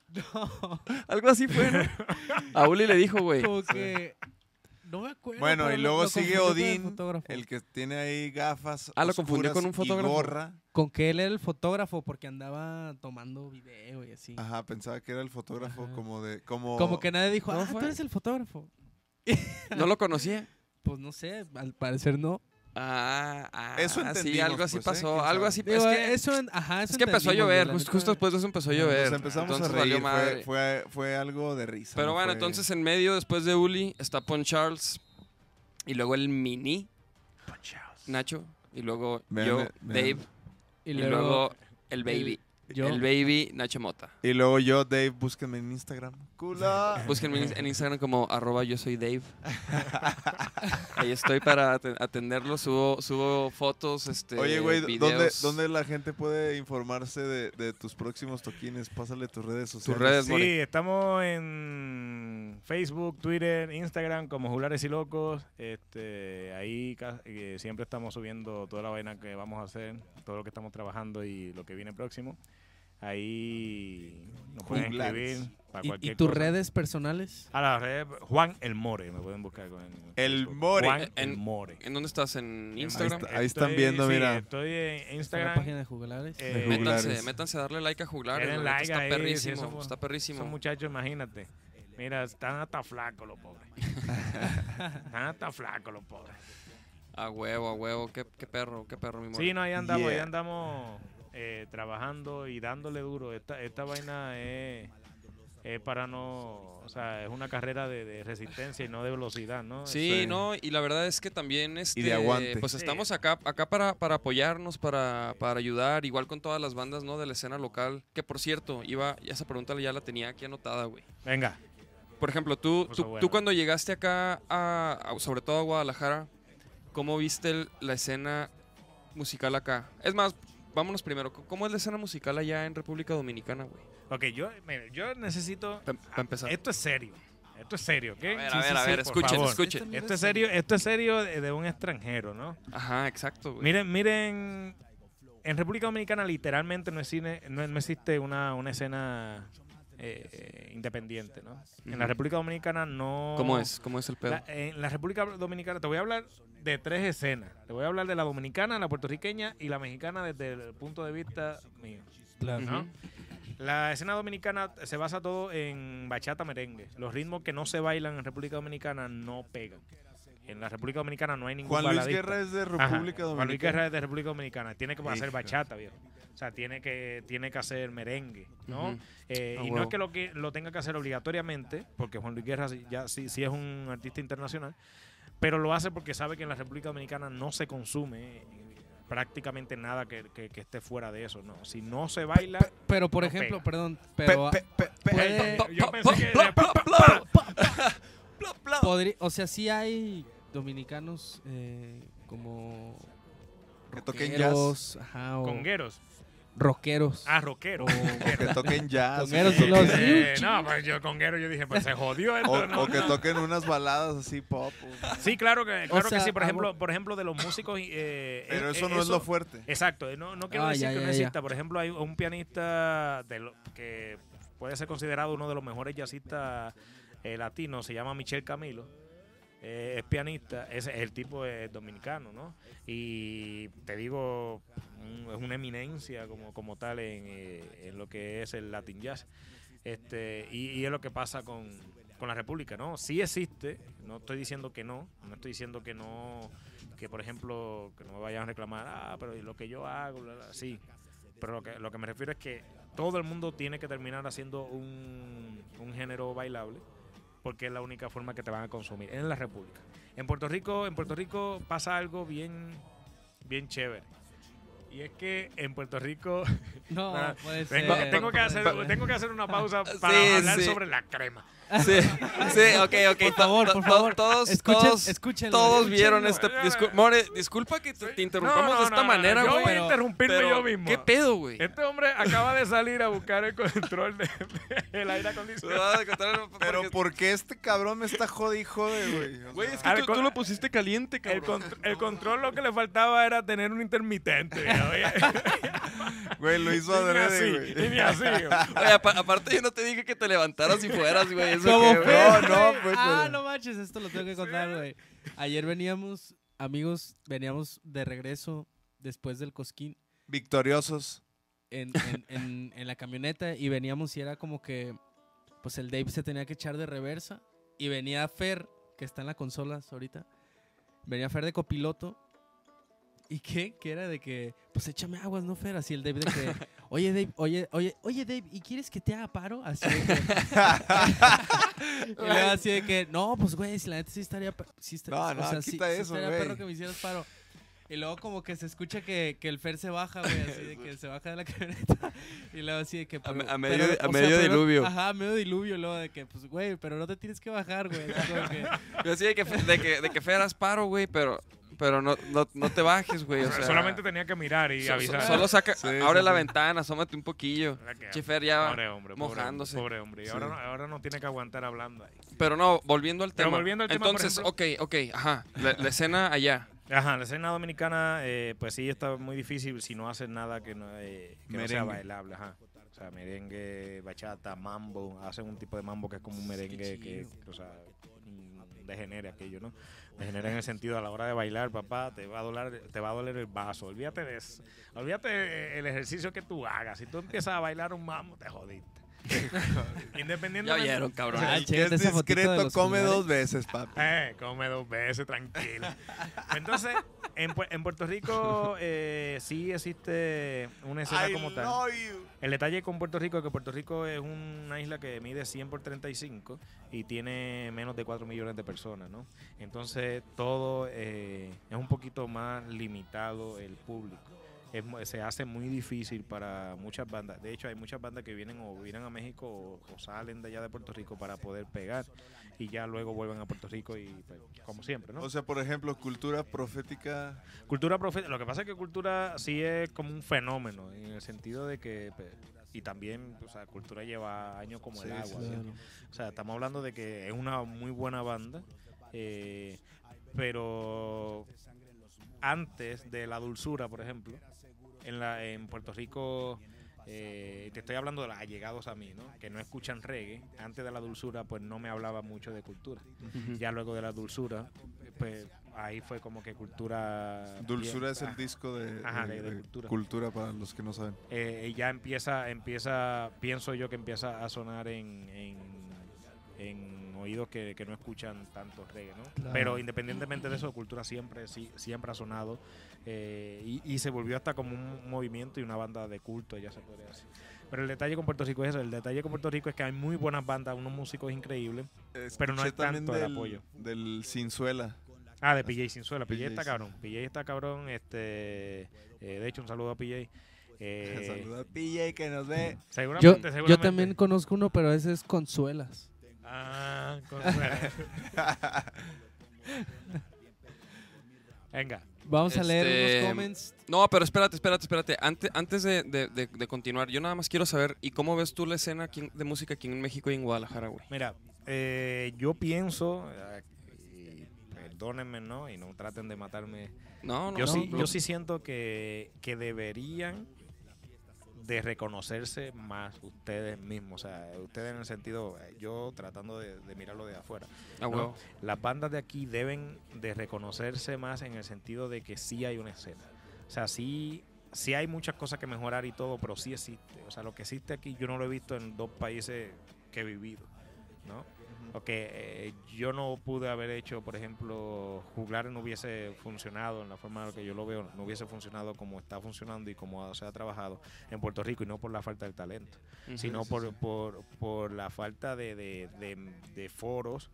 S4: No,
S2: Algo así fue, ¿no? A Uli le dijo, güey.
S4: como que. No me acuerdo.
S1: Bueno,
S4: pero
S1: y
S4: lo-
S1: luego
S4: lo
S1: sigue
S4: confundí con el
S1: Odín,
S4: fotógrafo.
S1: El que tiene ahí gafas.
S2: Ah, lo confundí
S1: oscuras
S2: con un
S1: y
S2: fotógrafo.
S1: gorra.
S4: Con que él era el fotógrafo porque andaba tomando video y así.
S1: Ajá, pensaba que era el fotógrafo
S4: Ajá.
S1: como de. Como,
S4: Como que nadie dijo,
S2: ¿Cómo
S4: ah,
S2: fue?
S4: tú eres el fotógrafo.
S2: No lo conocía.
S4: Pues no sé, al parecer no.
S2: Ah, ah,
S1: Eso
S2: sí, algo
S1: entendimos,
S2: así
S1: pues, ¿eh?
S2: pasó,
S1: ¿Quién
S2: algo
S1: sabe?
S2: así.
S4: Digo,
S2: es que,
S4: eso, en- ajá, eso
S2: es que empezó a
S4: entendimos,
S2: llover,
S4: güey, la
S2: justo,
S4: neta.
S2: justo después de eso empezó a
S1: Nos
S2: llover.
S1: empezamos
S2: entonces
S1: a reír.
S2: valió
S1: fue-
S2: madre.
S1: Fue, fue algo de risa.
S2: Pero
S1: ¿no?
S2: bueno,
S1: Fue-
S2: entonces en medio, después de Uli, está Pon Charles. Y luego el mini,
S3: Ah,
S2: Nacho. Y luego
S1: Vean,
S2: yo,
S1: vean.
S2: Dave.
S4: Y
S2: Y
S4: luego,
S2: luego el baby.
S4: yo.
S2: El baby, Nacho Mota.
S1: Y luego yo, Dave, búsquenme en Instagram. ¡Cula!
S2: Búsquenme en- en Instagram como arroba yo soy Dave. Ahí estoy para aten- atenderlos. Subo, subo fotos, este,
S1: Oye, güey, ¿dónde,
S2: videos.
S1: ¿dónde la gente puede informarse de, de tus próximos toquines? Pásale tus redes sociales.
S2: redes.
S3: Sí,
S2: More.
S3: estamos en Facebook, Twitter, Instagram como Julares y Locos. Este, ahí ca- eh, siempre estamos subiendo toda la vaina que vamos a hacer, todo lo que estamos trabajando y lo que viene próximo. Ahí nos pueden
S1: Juglares.
S3: escribir para
S4: ¿Y- ¿Y,
S3: cualquier
S4: tus
S3: cosa.
S4: redes personales?
S3: A las redes, Juan El More, me pueden buscar con
S1: El
S3: Facebook.
S1: More.
S3: Juan El
S2: En-
S3: More.
S2: ¿En dónde estás? ¿En
S1: Ahí,
S2: Instagram?
S1: está- ahí están
S3: Estoy-
S1: viendo,
S3: sí,
S1: mira.
S3: Estoy en
S4: ¿Está en la
S3: Instagram.
S4: página de jugulares?
S3: eh,
S1: De Juglares.
S2: Métanse, métanse a darle like a Juglares.
S3: Denle
S2: la neta
S3: like
S2: está
S3: ahí, sí,
S2: perrísimo.
S3: somos-
S2: está perrísimo.
S3: Esos muchachos, imagínate. Mira, están hasta flacos los pobres. están hasta flacos los pobres.
S2: A huevo, a huevo. Qué, qué perro, qué perro, mi amor.
S3: Sí, no, ahí andamos, ahí
S1: Yeah.
S3: andamos eh, trabajando y dándole duro. Esta, esta vaina es, es para no. O sea, es una carrera de, de resistencia y no de velocidad, ¿no?
S2: Sí,
S1: Sí.
S2: no, y la verdad es que también este,
S1: aguante.
S2: pues
S3: Sí.
S2: estamos acá, acá para, para apoyarnos, para, para ayudar, igual con todas las bandas, ¿no? De la escena local, que por cierto, iba, ya esa pregunta ya la tenía aquí anotada, güey.
S3: Venga.
S2: por ejemplo, tú,
S3: Cosa
S2: tú,
S3: buena.
S2: tú cuando llegaste acá, a, a- sobre todo a Guadalajara, ¿cómo viste el- la escena musical acá? Es más, vámonos primero. c- ¿Cómo es la escena musical allá en República Dominicana, güey?
S3: Ok, yo, mira, yo necesito.
S2: Para empezar.
S3: Esto es serio. Esto es serio, ¿ok?
S2: a ver,
S3: Sí,
S2: a
S3: Ah, eh, sí,
S2: ver, a
S3: sí,
S2: ver,
S3: por
S2: escuchen,
S3: favor.
S2: escuchen.
S3: Esto es serio, esto es serio de, de un extranjero, ¿no?
S2: Ajá, exacto, güey.
S3: Miren, miren. En República Dominicana literalmente no existe, no, no existe una, una escena eh, eh, independiente, ¿no? En la
S2: Ujú.
S3: República Dominicana no.
S2: ¿Cómo es? ¿Cómo es el pedo?
S3: La- en la República Dominicana, te voy a hablar de tres escenas. Te voy a hablar de la dominicana, la puertorriqueña y la mexicana desde el punto de vista mío.
S4: Claro.
S2: Ujú.
S3: La escena dominicana se basa todo en bachata merengue. Los ritmos que no se bailan en República Dominicana no pegan. En la República Dominicana no hay ningún
S1: Juan Luis
S3: baladista.
S1: Guerra es de
S3: Ajá.
S1: República Dominicana.
S3: Juan Luis Guerra es de República Dominicana. Tiene que hacer
S1: Híjole.
S3: bachata, viejo. O sea, tiene que, tiene que hacer merengue, ¿no?
S2: Ujú.
S3: Eh,
S2: Ah,
S3: y no
S2: huevo.
S3: es que lo, que lo tenga que hacer obligatoriamente, porque Juan Luis Guerra sí- ya sí, sí es un artista internacional, pero lo hace porque sabe que en la República Dominicana no se consume eh, prácticamente nada que, que- que esté fuera de eso, ¿no? Si no se baila...
S4: Pero, por
S3: No
S4: ejemplo,
S3: pega.
S4: perdón, pero
S1: Pe- pe- pe- pe-
S4: puede-
S3: Yo
S2: Pa,
S3: pensé
S2: pa,
S3: que-
S2: pla,
S3: pa,
S2: pla,
S3: pa,
S2: pla.
S4: podri- o sea, sí hay dominicanos eh, como
S1: Que toquen
S4: rockeros, ajá, o
S3: Congueros.
S4: rockeros.
S3: Ah, rockero.
S4: o-
S1: O que toquen jazz.
S4: Congueros
S1: que
S4: y los-
S1: toquen-
S3: Eh, no, pues yo conguero, yo dije, pues se jodió esto,
S1: o,
S3: ¿no? Ah,
S1: o que toquen unas baladas así pop. o-
S3: Sí, claro que, claro
S4: sea,
S3: que sí. Por
S4: hago-
S3: ejemplo, por ejemplo, de los músicos... eh,
S1: Pero
S3: eh,
S1: eso no es lo fuerte.
S3: Exacto, eh, no, no quiero
S4: Ah,
S3: decir
S4: ya,
S3: que no
S4: ya, ya.
S3: exista. Por ejemplo, hay un pianista de lo- que puede ser considerado uno de los mejores jazzistas eh, latinos, se llama Michel Camilo. Eh, es pianista, es, el tipo es dominicano, ¿no? Y te digo, un- es una eminencia como, como tal en, eh, en lo que es el Latin Jazz. Este, y, y es lo que pasa con, con la República, ¿no? Sí existe, no estoy diciendo que no, no estoy diciendo que no, que por ejemplo, que no me vayan a reclamar, ah, pero ¿y lo que yo hago, bla, bla?". sí. Pero lo que, lo que me refiero es que todo el mundo tiene que terminar haciendo un, un género bailable, porque es la única forma que te van a consumir, en la República. En Puerto Rico, en Puerto Rico pasa algo bien, bien chévere. Y es que en Puerto Rico
S4: No,
S3: Ah,
S4: puede ser.
S3: tengo, tengo que hacer, tengo que hacer una pausa para hablar
S2: sí.
S3: sobre la crema.
S2: Sí, sí, ok, ok.
S4: Por favor,
S2: to-
S4: por
S2: to-
S4: favor.
S2: Todos,
S4: Escuchen-
S2: todos,
S4: escúchenlo,
S2: todos
S4: escúchenlo.
S2: vieron este. discul- More, disculpa que te, te interrumpamos
S3: No, no,
S2: de esta
S3: no, no,
S2: manera,
S3: Yo
S2: güey.
S3: voy a interrumpirme
S2: pero,
S3: yo mismo.
S2: ¿Qué pedo, güey?
S3: Este hombre acaba de salir a buscar el control del aire
S2: Ah,
S3: acondicionado.
S1: Pero
S2: Pero,
S1: ¿por qué este cabrón me está jodi y jode, güey? O
S2: güey,
S1: sea,
S2: es que
S3: Al
S2: tú,
S3: co-
S2: tú lo pusiste caliente,
S3: El,
S2: cabrón.
S3: contr- el control lo que le faltaba era tener un intermitente. oye.
S1: güey, lo hizo
S3: Y ni así,
S1: adrede,
S3: y
S1: güey.
S3: ni así.
S2: Oye, apa- aparte yo no te dije que te levantaras y fueras, güey. Eso
S4: Como
S2: que,
S4: fue,
S1: No,
S4: güey.
S1: no, pues,
S4: Ah,
S1: pero-
S4: no manches, esto lo tengo que contar, güey. Ayer veníamos, amigos, veníamos de regreso después del cosquín
S1: Victoriosos.
S4: en, en- en- en la camioneta y veníamos y era como que, pues el Dave se tenía que echar de reversa y venía Fer, que está en las consolas ahorita, venía Fer de copiloto. ¿Y qué? Que era de que, pues échame aguas, ¿no, Fer? Así el Dave de que, oye, Dave, oye, oye, oye, Dave, ¿y quieres que te haga paro? Así de que- y luego así de que, no, pues, güey, si la neta sí estaría... per- Sí estaría
S1: No, no,
S4: sí-
S1: quita
S4: sí
S1: eso,
S4: estaría
S1: güey.
S4: perro que me hicieras paro. Y luego como que se escucha que, que el Fer se baja, güey, así de que se baja de la camioneta. Y luego así de que...
S2: A me-
S4: pero-
S2: a medio-
S4: pero,
S2: a
S4: o
S2: medio
S4: pero-
S2: diluvio.
S4: Ajá, a medio diluvio, luego de que, pues, güey, pero no te tienes que bajar, güey. así como que-
S2: Yo decía de que, de que, de que feras paro, güey, pero, pero no, no, no te bajes, güey. o sea,
S3: Solamente tenía que mirar y
S2: so- so-
S3: avisar.
S2: solo saca,
S1: Sí,
S2: abre
S1: sí,
S2: la
S1: sí.
S2: ventana, asómate un poquillo.
S3: Ahora que-
S2: Che, Fer, ya...
S3: Pobre hombre, pobre
S2: mojándose.
S3: hombre, Pobre hombre. Y ahora,
S1: Sí.
S3: no, ahora no tiene que aguantar hablando ahí.
S2: Pero no, volviendo al
S3: Pero
S2: tema.
S3: volviendo al tema, por
S2: Entonces,
S3: ejemplo-
S2: ok, ok, ajá. La, la escena allá.
S3: Ajá, la escena dominicana, eh, pues sí, está muy difícil si no haces nada que no, eh, que no sea
S1: Merengue.
S3: bailable. Ajá. O sea, merengue, bachata, mambo. Hacen un tipo de mambo que es como un merengue que, o sea, mm, degenera aquello, ¿no? Degenera en el sentido a la hora de bailar, papá, te va a doler, te va a doler el vaso. Olvídate de eso. Olvídate el ejercicio que tú hagas. Si tú empiezas a bailar un mambo, te jodiste.
S2: Ya
S3: Independientemente.
S2: vieron, cabrón.
S4: Ah,
S1: El que es
S4: chequen esa fotito de
S1: discreto
S4: los
S1: come
S4: pulgares.
S1: dos veces, papi.
S3: Eh, come dos veces, tranquilo. Entonces, en, Pue- en Puerto Rico eh, sí existe una escena como tal. El detalle con Puerto Rico es que Puerto Rico es una isla que mide 100 por 35 y tiene menos de 4 millones de personas, ¿no? Entonces, todo eh, es un poquito más limitado el público. es mu- se hace muy difícil para muchas bandas. De hecho, hay muchas bandas que vienen o vienen a México o, o salen de allá de Puerto Rico para poder pegar y ya luego vuelven a Puerto Rico y pues, como siempre, ¿no?
S1: O sea, por ejemplo, cultura profética.
S3: Cultura profética. Lo que pasa es que cultura sí es como un fenómeno, en el sentido de que. pe- Y también, o sea, cultura lleva años como el
S1: Sí,
S3: agua.
S1: sí,
S3: ¿sí?
S4: Claro.
S3: O sea, estamos hablando de que es una muy buena banda, eh, pero antes de La Dulzura, por ejemplo, en, la, en Puerto Rico, eh, te estoy hablando de los allegados a mí, ¿no? que no escuchan reggae, antes de La Dulzura pues no me hablaba mucho de cultura. Ya luego de La Dulzura, pues ahí fue como que cultura...
S1: Dulzura
S3: bien-
S1: es el
S3: ah,
S1: disco de,
S3: Ajá,
S1: de-
S3: de- de
S1: de
S3: cultura.
S1: cultura para los que no saben.
S3: eh, ya empieza, empieza, pienso yo que empieza a sonar en, en, en oídos que, que no escuchan tanto reggae, ¿no?
S4: Claro.
S3: Pero independientemente de eso, cultura siempre, sí, siempre ha sonado eh, y, y se volvió hasta como un movimiento y una banda de culto, ya se podría decir. Pero el detalle con Puerto Rico es eso, el detalle con Puerto Rico es que hay muy buenas bandas, unos músicos increíbles. Pero
S1: Escuché
S3: no hay
S1: también
S3: tanto el
S1: del,
S3: apoyo.
S1: Del Sinzuela.
S3: Ah, de PJ Sinzuela. PJ,
S1: PJ
S3: está
S1: Sin-
S3: cabrón. PJ está cabrón. Este, eh, de hecho, un saludo a PJ. Eh,
S1: Saluda a PJ que nos ve.
S4: Yo,
S3: seguramente,
S4: yo
S3: seguramente.
S4: también conozco uno, pero ese es Consuelas.
S3: Ah, Consuela. Venga.
S4: Vamos a leer
S2: Este,
S4: unos comments.
S2: No, pero espérate, espérate, espérate. Ante- antes de, de- de- de continuar, yo nada más quiero saber, ¿y cómo ves tú la escena aquí en- de música aquí en México y en Guadalajara, güey?
S3: Mira, eh, yo pienso, eh, y perdónenme, ¿no? Y no traten de matarme.
S2: No, no,
S3: yo,
S2: no,
S3: sí,
S2: no.
S3: yo sí siento que, que deberían de reconocerse más ustedes mismos. O sea, ustedes en el sentido, eh, yo tratando de, de mirarlo de afuera.
S2: Ah,
S3: ¿no?
S2: güey.
S3: Las bandas de aquí deben de reconocerse más en el sentido de que sí hay una escena. O sea, sí, sí hay muchas cosas que mejorar y todo, pero sí existe. O sea, lo que existe aquí yo no lo he visto en dos países que he vivido, ¿no? Lo que eh, yo no pude haber hecho, por ejemplo, juglar no hubiese funcionado en la forma en la que yo lo veo, no hubiese funcionado como está funcionando y como se ha trabajado en Puerto Rico y no por la falta del talento
S2: Ujú.
S3: sino por, por, por la falta de, de- de- de foros.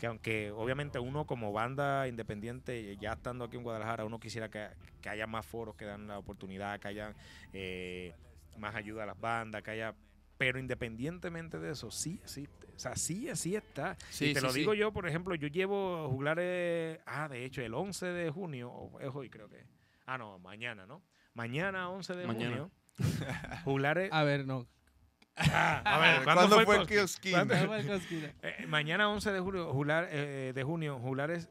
S3: Que aunque obviamente uno como banda independiente, ya estando aquí en Guadalajara, uno quisiera que, que haya más foros que dan la oportunidad, que haya eh, más ayuda a las bandas, que haya... Pero independientemente de eso, sí existe. O sea, sí, sí está.
S2: Sí,
S3: y te
S2: sí,
S3: lo
S2: sí.
S3: digo yo, por ejemplo, yo llevo juglares... Ah, de hecho, el 11 de junio, o es hoy creo que... es. Ah, no, mañana, ¿no? Mañana, 11 de
S2: Mañana.
S3: junio, juglares...
S4: A ver, no.
S3: Ah, a ver, ¿cuándo,
S1: ¿Cuándo
S3: fue el
S1: Kioskin?
S3: ¿Cuándo?
S4: Ah, vale, Cosquina.
S3: Eh, mañana 11 de julio, Jular, eh, de junio, Julares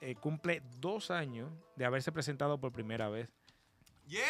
S3: eh, cumple dos años de haberse presentado por primera vez.
S1: ¡Yeah!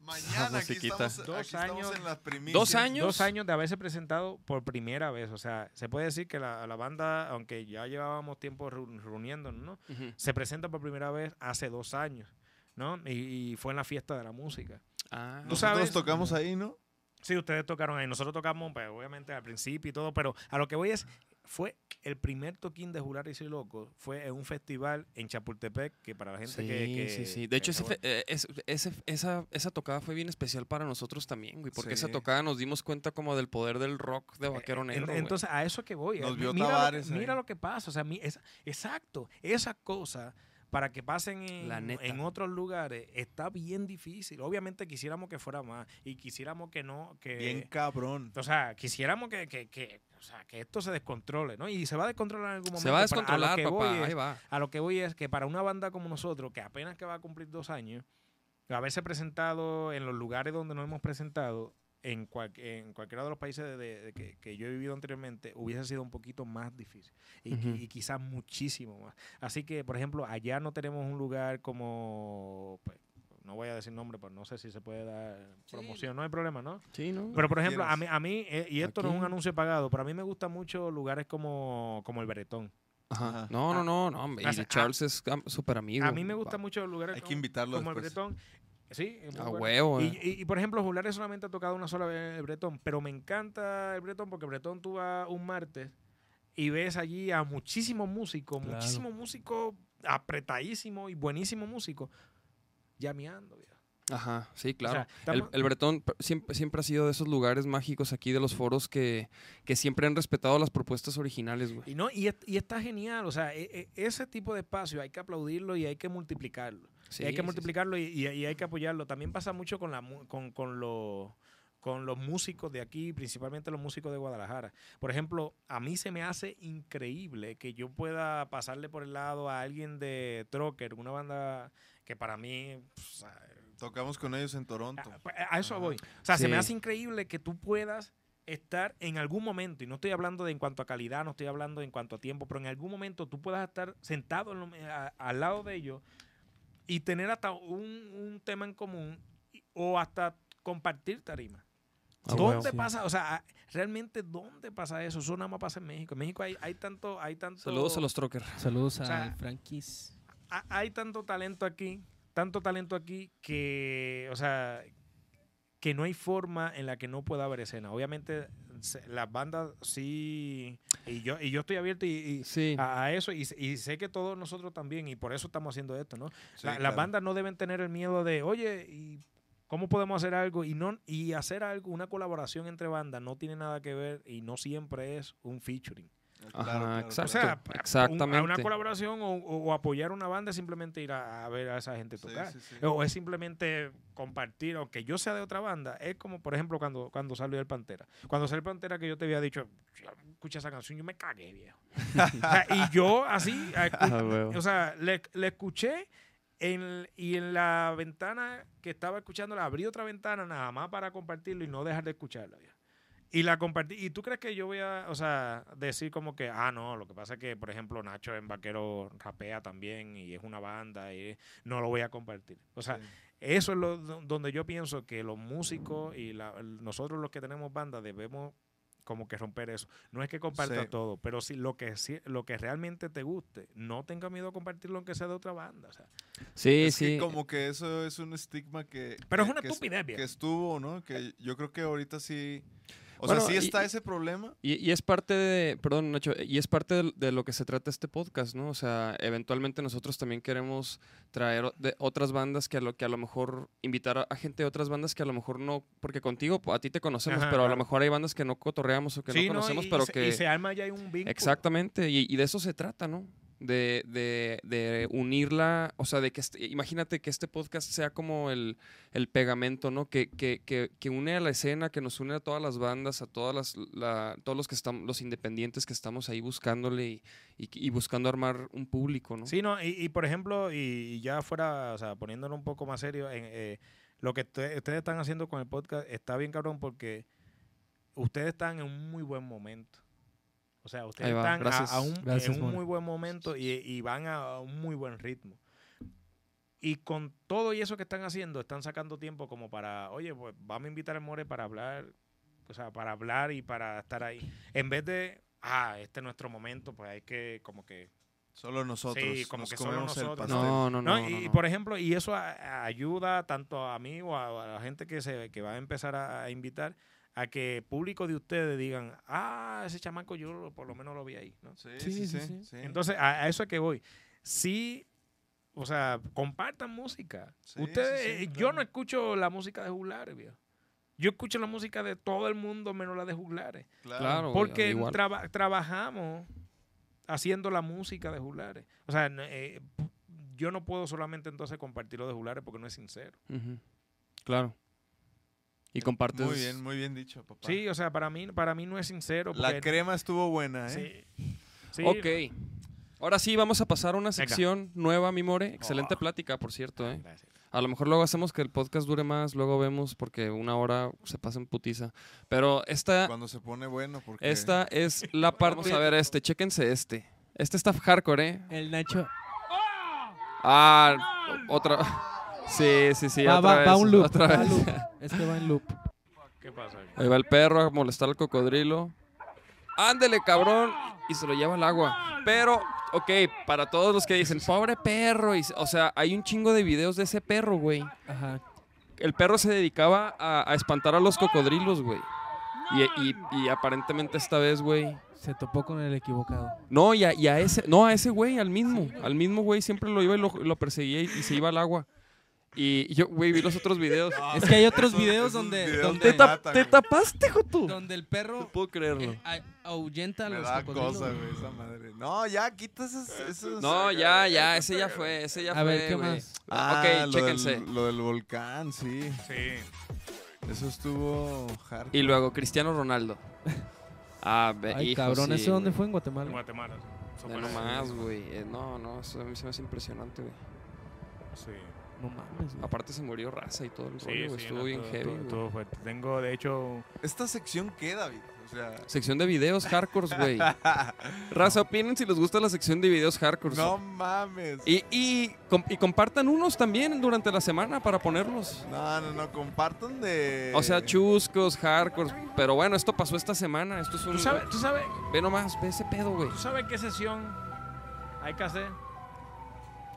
S1: Mañana aquí
S2: musiquita.
S1: estamos,
S3: Dos
S1: aquí estamos
S3: años.
S1: en las primicias.
S2: ¿Dos años?
S3: Dos años de haberse presentado por primera vez. O sea, se puede decir que la, la banda, aunque ya llevábamos tiempo reu- reuniéndonos, ¿no?
S2: Ujú.
S3: Se presenta por primera vez hace dos años, ¿no? Y, y fue en la fiesta de la música.
S2: Ah,
S1: Nosotros
S3: sabes?
S1: tocamos ahí, ¿no?
S3: Sí, ustedes tocaron ahí. Nosotros tocamos, pues, obviamente, al principio y todo, pero a lo que voy es, fue el primer toquín de Jular y Soy Loco, fue en un festival en Chapultepec, que para la gente
S2: sí,
S3: que, que-
S2: sí, sí. De hecho,
S3: que-
S2: ese fe- eh, es- ese- esa, esa tocada fue bien especial para nosotros también, güey, porque esa
S1: Sí.
S2: tocada nos dimos cuenta como del poder del rock de Vaquero
S3: Eh, En-
S2: Negro, güey.
S3: Entonces, a eso que voy. eh,
S1: Nos
S3: mi-
S1: vio
S3: mira,
S1: Tavares
S3: lo,
S1: ahí.
S3: que- mira lo que pasa. O sea, mi- esa- exacto. Esas cosas, para que pasen en,
S2: La neta.
S3: en otros lugares, está bien difícil. Obviamente quisiéramos que fuera más y quisiéramos que no, que...
S1: Bien cabrón.
S3: o sea, quisiéramos que, que- que- o sea, que esto se descontrole, ¿no? Y se va a descontrolar en algún momento.
S2: Se va a
S3: pero
S2: descontrolar,
S3: lo que voy
S2: papá.
S3: es-
S2: Ahí va.
S3: a lo que voy es que para una banda como nosotros, que apenas que va a cumplir dos años, haberse presentado en los lugares donde nos hemos presentado, en, cual- en cualquiera de los países de- de- de que, que yo he vivido anteriormente, hubiese sido un poquito más difícil. Y, qui-
S2: Ujú.
S3: y quizás muchísimo más. Así que, por ejemplo, allá no tenemos un lugar como... pues, no voy a decir nombre, pero no sé si se puede dar promoción. No hay problema, ¿no?
S2: Sí, ¿no?
S3: Pero por ejemplo, a
S1: quieras.
S3: mí, a mí eh, y esto no es
S2: Aquí.
S3: un anuncio pagado, pero a mí me gustan mucho lugares como, como el Beretón.
S2: Ajá.
S1: Ajá.
S2: No, no, no, no. hombre,
S3: Ah, Hace-
S2: Y Charles es am- súper amigo.
S3: A mí me gustan
S2: Va.
S3: mucho lugares
S1: Hay que
S3: como-
S1: invitarlo
S3: como
S1: después.
S3: el Bretón. Sí, es muy
S2: A
S3: bueno.
S2: huevo,
S3: Y,
S2: eh.
S3: y- y, por ejemplo, Julares solamente ha tocado una sola vez el Bretón, pero me encanta el Bretón porque el Bretón tú vas un martes y ves allí a muchísimos músicos,
S4: Claro.
S3: muchísimos músicos apretadísimos y buenísimos músicos llameando. viejo.
S2: Ajá, sí, claro.
S3: sea,
S2: el,
S3: estamos-
S2: el Bretón p- siempre, siempre ha sido de esos lugares mágicos aquí de los foros que, que siempre han respetado las propuestas originales, güey.
S3: Y, no, y, es- y está genial, o sea, e- e- ese tipo de espacio hay que aplaudirlo y hay que multiplicarlo.
S2: Sí,
S3: y hay
S2: sí,
S3: que
S2: sí.
S3: multiplicarlo y, y- y hay que apoyarlo. También pasa mucho con, la, mu- con, con los, con los músicos de aquí, principalmente los músicos de Guadalajara. Por ejemplo, a mí se me hace increíble que yo pueda pasarle por el lado a alguien de Trocker, una banda que para mí... pues, ah,
S1: Tocamos con ellos en Toronto.
S3: a- Ah, pues, A, a eso
S1: Ajá.
S3: voy. O sea, se me
S2: Sí.
S3: hace increíble que tú puedas estar en algún momento, y no estoy hablando de en cuanto a calidad, no estoy hablando en cuanto a tiempo, pero en algún momento tú puedas estar sentado en lo- a- al lado de ellos y tener hasta un, un tema en común y- o hasta compartir tarima.
S2: Ah,
S4: huevo.
S3: ¿Dónde
S4: Sí.
S3: pasa? O sea, a- realmente, ¿dónde pasa eso? Eso nada más pasa en México. En México hay, hay tanto, hay tanto.
S2: Saludos a los Trocker.
S4: Saludos
S3: O sea,
S4: al Frankis.
S3: ha- hay tanto talento aquí, tanto talento aquí que, o sea, que no hay forma en la que no pueda haber escena. Obviamente se- las bandas sí y yo y yo estoy abierto y, y
S4: Sí.
S3: a, a eso y, y sé que todos nosotros también y por eso estamos haciendo esto, ¿no?
S1: Sí,
S3: La- Las
S1: claro.
S3: bandas no deben tener el miedo de, oye, ¿y ¿cómo podemos hacer algo? Y, no, y hacer algo, una colaboración entre bandas no tiene nada que ver y no siempre es un featuring.
S1: Claro,
S2: Ajá,
S1: claro, claro.
S2: exacto.
S3: O sea, un- a una
S2: Exactamente.
S3: colaboración o, o- o apoyar una banda es simplemente ir a, a ver a esa gente
S1: Sí,
S3: tocar.
S1: sí, sí.
S3: O es simplemente compartir, aunque yo sea de otra banda. Es como, por ejemplo, cuando, cuando salió el Pantera. Cuando salió el Pantera, que yo te había dicho, "Yo escuché esa canción, yo me cagué, viejo. O sea, y yo así, eh, a escu-
S2: Ah, huevo.
S3: o sea, le, le escuché en- y en la ventana que estaba escuchándola, abrí otra ventana nada más para compartirlo y no dejar de escucharla. viejo. Y la compartí. ¿Y tú crees que yo voy a, o sea, decir como que, ah, no, lo que pasa es que, por ejemplo, Nacho en Vaquero rapea también y es una banda y no lo voy a compartir? O sea,
S1: Sí.
S3: eso es lo, do- donde yo pienso que los músicos y la- el- nosotros los que tenemos banda debemos como que romper eso. No es que compartas
S1: Sí.
S3: todo, pero si lo que sí- lo que realmente te guste, no tenga miedo a compartirlo aunque sea de otra banda. o sea.
S2: Sí,
S1: Es que
S2: sí.
S1: como que eso es un estigma que...
S3: Pero
S1: que-
S3: es una
S1: que es-
S3: estupidez,
S1: Que
S3: viejo.
S1: estuvo, ¿no? Que yo creo que ahorita sí... O
S2: Bueno,
S1: sea, sí
S2: y-
S1: está
S2: y-
S1: ese problema.
S2: Y, y es parte de, perdón Nacho, y es parte del- de, lo que se trata este podcast, ¿no? O sea, eventualmente nosotros también queremos traer o- de otras bandas que a lo que a lo mejor invitar a, a gente de otras bandas que a lo mejor no, porque contigo a ti te conocemos,
S3: Ajá,
S2: pero a lo
S3: claro.
S2: mejor hay bandas que no cotorreamos o que
S3: Sí,
S2: no
S3: ¿no?
S2: conocemos,
S3: y,
S2: pero
S3: se, y
S2: que
S3: se arma ya hay un vínculo.
S2: exactamente y, y de eso se trata, ¿no? De, de, de unirla, o sea, de que este- imagínate que este podcast sea como el, el pegamento, ¿no? Que, que, que, que une a la escena, que nos une a todas las bandas, a todas las, la- todos los que estamos, los independientes que estamos ahí buscándole y, y- y buscando armar un público, ¿no?
S3: Sí, no, y, y, por ejemplo, y, y ya fuera, o sea, poniéndolo un poco más serio, en, eh, lo que usted- ustedes están haciendo con el podcast está bien cabrón porque ustedes están en un muy buen momento. O sea, ustedes
S2: Ahí va,
S3: están a-
S2: gracias.
S3: a, un,
S4: Gracias,
S3: en un
S4: Moni.
S3: muy buen momento y, y van a un muy buen ritmo. Y con todo y eso que están haciendo, están sacando tiempo como para, oye, pues vamos a invitar a More para hablar, o sea, para hablar y para estar ahí. En vez de, ah, este es nuestro momento, pues hay que como que
S1: Solo nosotros.
S3: Sí, como
S1: nos
S3: que solo
S1: comemos el
S3: nosotros,
S1: pastel.
S2: No, no, no.
S3: ¿no?
S2: no,
S3: y, y
S2: no.
S3: por ejemplo, y eso a- a- ayuda tanto a mí o a, a la gente que, se, que va a empezar a, a invitar a que público de ustedes digan, ah, ese chamaco yo lo- por lo menos lo vi ahí. ¿no?
S1: Sí, sí, sí.
S4: sí.
S1: sí.
S3: Entonces, a, a eso es que voy. Sí, o sea, compartan música.
S1: Sí,
S3: ustedes,
S1: sí, sí,
S3: eh, yo
S1: claro.
S3: no escucho la música de juglares, viejo. Yo escucho la música de todo el mundo menos la de juglares.
S2: Claro, güey, al
S3: Porque
S2: igual.
S3: traba- trabajamos haciendo la música de Julares. O sea, no, eh, p- yo no puedo solamente entonces compartirlo de Julares porque no es sincero.
S2: Ujú. Claro. Y compartes.
S1: Muy bien, muy bien dicho, papá.
S3: Sí, o sea, para mí, para mí no es sincero.
S1: La
S3: porque-
S1: crema estuvo buena, ¿eh?
S3: Sí. Sí,
S2: Ok. Ahora sí, vamos a pasar a una
S3: Venga. Oh.
S2: sección nueva, mi more. Excelente plática, por cierto. ¿eh?
S3: Gracias.
S2: A lo mejor luego hacemos que el podcast dure más, luego vemos, porque una hora se pasa en putiza. Pero esta,
S1: Cuando se pone bueno, porque...
S2: esta es la parte... Vamos a ver este, chéquense este. Este está hardcore, ¿eh?
S4: El Nacho.
S2: Ah, otra...
S3: Ah.
S2: Sí, sí, sí,
S4: va,
S2: otra
S4: va,
S2: vez,
S4: va un loop.
S2: otra
S4: va
S2: vez.
S4: loop. Este va en loop.
S3: ¿Qué pasa? aquí?
S2: Ahí va el perro a molestar al cocodrilo. Ándele, cabrón. Y se lo lleva al agua. Pero, ok, para todos los que dicen, pobre perro. y s- o sea, hay un chingo de videos de ese perro, güey.
S4: Ajá.
S2: El perro se dedicaba a, a espantar a los cocodrilos, güey. Y, y- y aparentemente esta vez, güey.
S4: Se topó con el equivocado.
S2: No, y a, y a ese, no, a ese güey, al mismo. Al mismo güey siempre lo iba y lo, lo perseguía y, y se iba al agua. Y yo, güey, vi los otros videos.
S1: No,
S4: Es que hay otros
S1: esos-
S4: videos
S1: esos
S4: donde-
S1: videos
S4: donde-
S1: me
S2: ¿Te, tap-
S1: matan,
S2: te
S1: güey.
S2: tapaste, Joto? No
S4: Donde el perro
S2: puedo creerlo.
S4: eh, a- ahuyenta a
S1: Me
S4: los
S1: da
S4: cocodrilos.
S1: cosa, güey, esa madre. No, ya, quita esas. esas-
S2: No, ya, ya, ese ya fue, ese ya
S4: A
S2: fue.
S4: ver, ¿qué
S2: güey.
S4: más?
S1: Ah,
S2: ok,
S1: lo del-
S2: chéquense.
S1: lo del volcán, sí.
S3: Sí.
S1: Eso estuvo hardcore.
S2: Y luego Cristiano Ronaldo. Ah, ve,
S4: Ay,
S2: hijo,
S4: cabrón,
S2: sí,
S4: ¿eso dónde
S2: güey.
S4: fue? En
S3: En
S4: Guatemala.
S3: Guatemala. Eso
S2: Ya
S3: fue-
S2: no más, güey. Eh, no, no, eso a mí se me hace impresionante, güey.
S3: Sí.
S4: No mames, güey.
S2: Aparte se murió raza y todo el
S3: Sí,
S2: rollo, güey.
S3: sí,
S2: Estuvo
S3: no,
S2: bien
S3: todo-
S2: heavy,
S3: todo-
S2: güey.
S3: todo fuerte. Tengo, de hecho,
S1: Esta sección qué, David. O sea,
S2: Sección de videos hardcores, güey. Raza, opinen si les gusta la sección de videos hardcores.
S1: no mames.
S2: Y, y, com- y compartan unos también durante la semana para ponerlos.
S1: No, no, no, compartan de.
S2: O
S3: Eh.
S2: sea, chuscos, hardcores. Pero bueno, esto pasó esta semana. Esto es un.
S3: ¿Tú sabes, tú, sabes,
S2: Ve nomás, ve ese pedo, güey.
S3: ¿tú sabes qué sesión hay que hacer?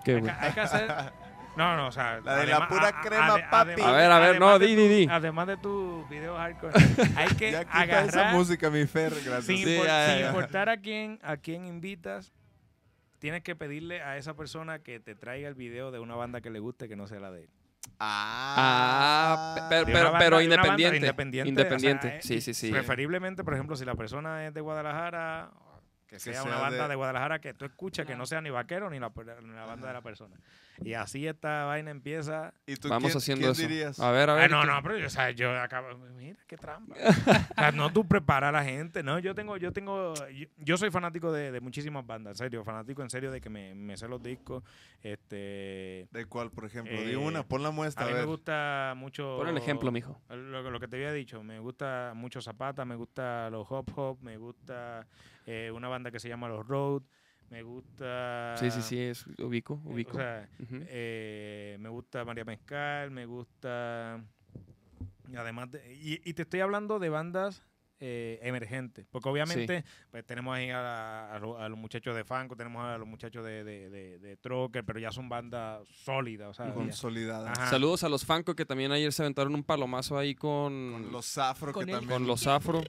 S2: ¿Qué,
S3: Hay que- Hay que hacer. No, no, o sea.
S1: La de la
S3: además-
S1: pura
S3: a- a-
S1: crema,
S3: ade-
S1: papi.
S3: además-
S2: A ver, a ver, no,
S3: además de
S2: di,
S3: tu-
S2: di, di.
S3: Además de tu video hardcore, hay que
S1: Ya quita esa
S3: agarrar.
S1: música, mi Fer. Gracias.
S3: Sin,
S2: Sí,
S3: impor-
S2: ya,
S3: sin
S2: ya.
S3: importar a quién, a quién invitas, tienes que pedirle a esa persona que te traiga el video de una banda que le guste que no sea la de él.
S2: Ah, pe- pero,
S3: De
S2: pero,
S3: una banda-
S2: pero
S3: de una banda
S2: independiente.
S3: independiente, ¿eh?
S2: Independiente,
S3: o sea,
S2: sí, sí, sí.
S3: Preferiblemente, por ejemplo, si la persona es de Guadalajara, que sea, una
S1: sea
S3: banda
S1: de-
S3: de... Guadalajara que tú escuches que no sea ni vaquero ni la, per- ni la banda de la persona. Y así esta vaina empieza.
S1: ¿Y tú
S2: Vamos
S1: quién-
S2: haciendo
S1: quién
S2: eso.
S1: dirías?
S2: A ver, a ver.
S3: Ah, no,
S2: ¿qué-
S3: no, pero yo, o sea, yo acabo, mira, qué trampa. O sea, no tú preparas a la gente, no, yo tengo, yo tengo, yo, yo soy fanático de, de muchísimas bandas, en serio, fanático en serio de que me, me sé los discos, este,
S1: ¿De cuál, por ejemplo?
S3: Eh,
S1: Di una, pon la
S3: a
S1: muestra, a
S3: mí me
S1: ver.
S3: gusta mucho.
S2: Pon el ejemplo, mijo.
S3: Lo, lo que te había dicho, me gusta mucho Zapata, me gusta los Hop Hop, me gusta eh, una banda que se llama Los Road, me gusta...
S2: Sí, sí, sí, es, ubico,
S3: eh, o
S2: ubico.
S3: sea,
S2: Ujú.
S3: Eh, me gusta María Mezcal, me gusta. y Además, de- y, y te estoy hablando de bandas eh, emergentes, porque obviamente pues, tenemos ahí a, la- a lo- a los muchachos de Fanco, tenemos a los muchachos de, de, de- de Trocker, pero ya son bandas sólidas, o sea, ya-
S1: Consolidada.
S3: Ajá.
S2: Saludos a los Fanco que también ayer se aventaron un palomazo ahí con,
S1: Con los afro
S4: Con
S1: que
S4: el-
S1: también.
S2: con los afro.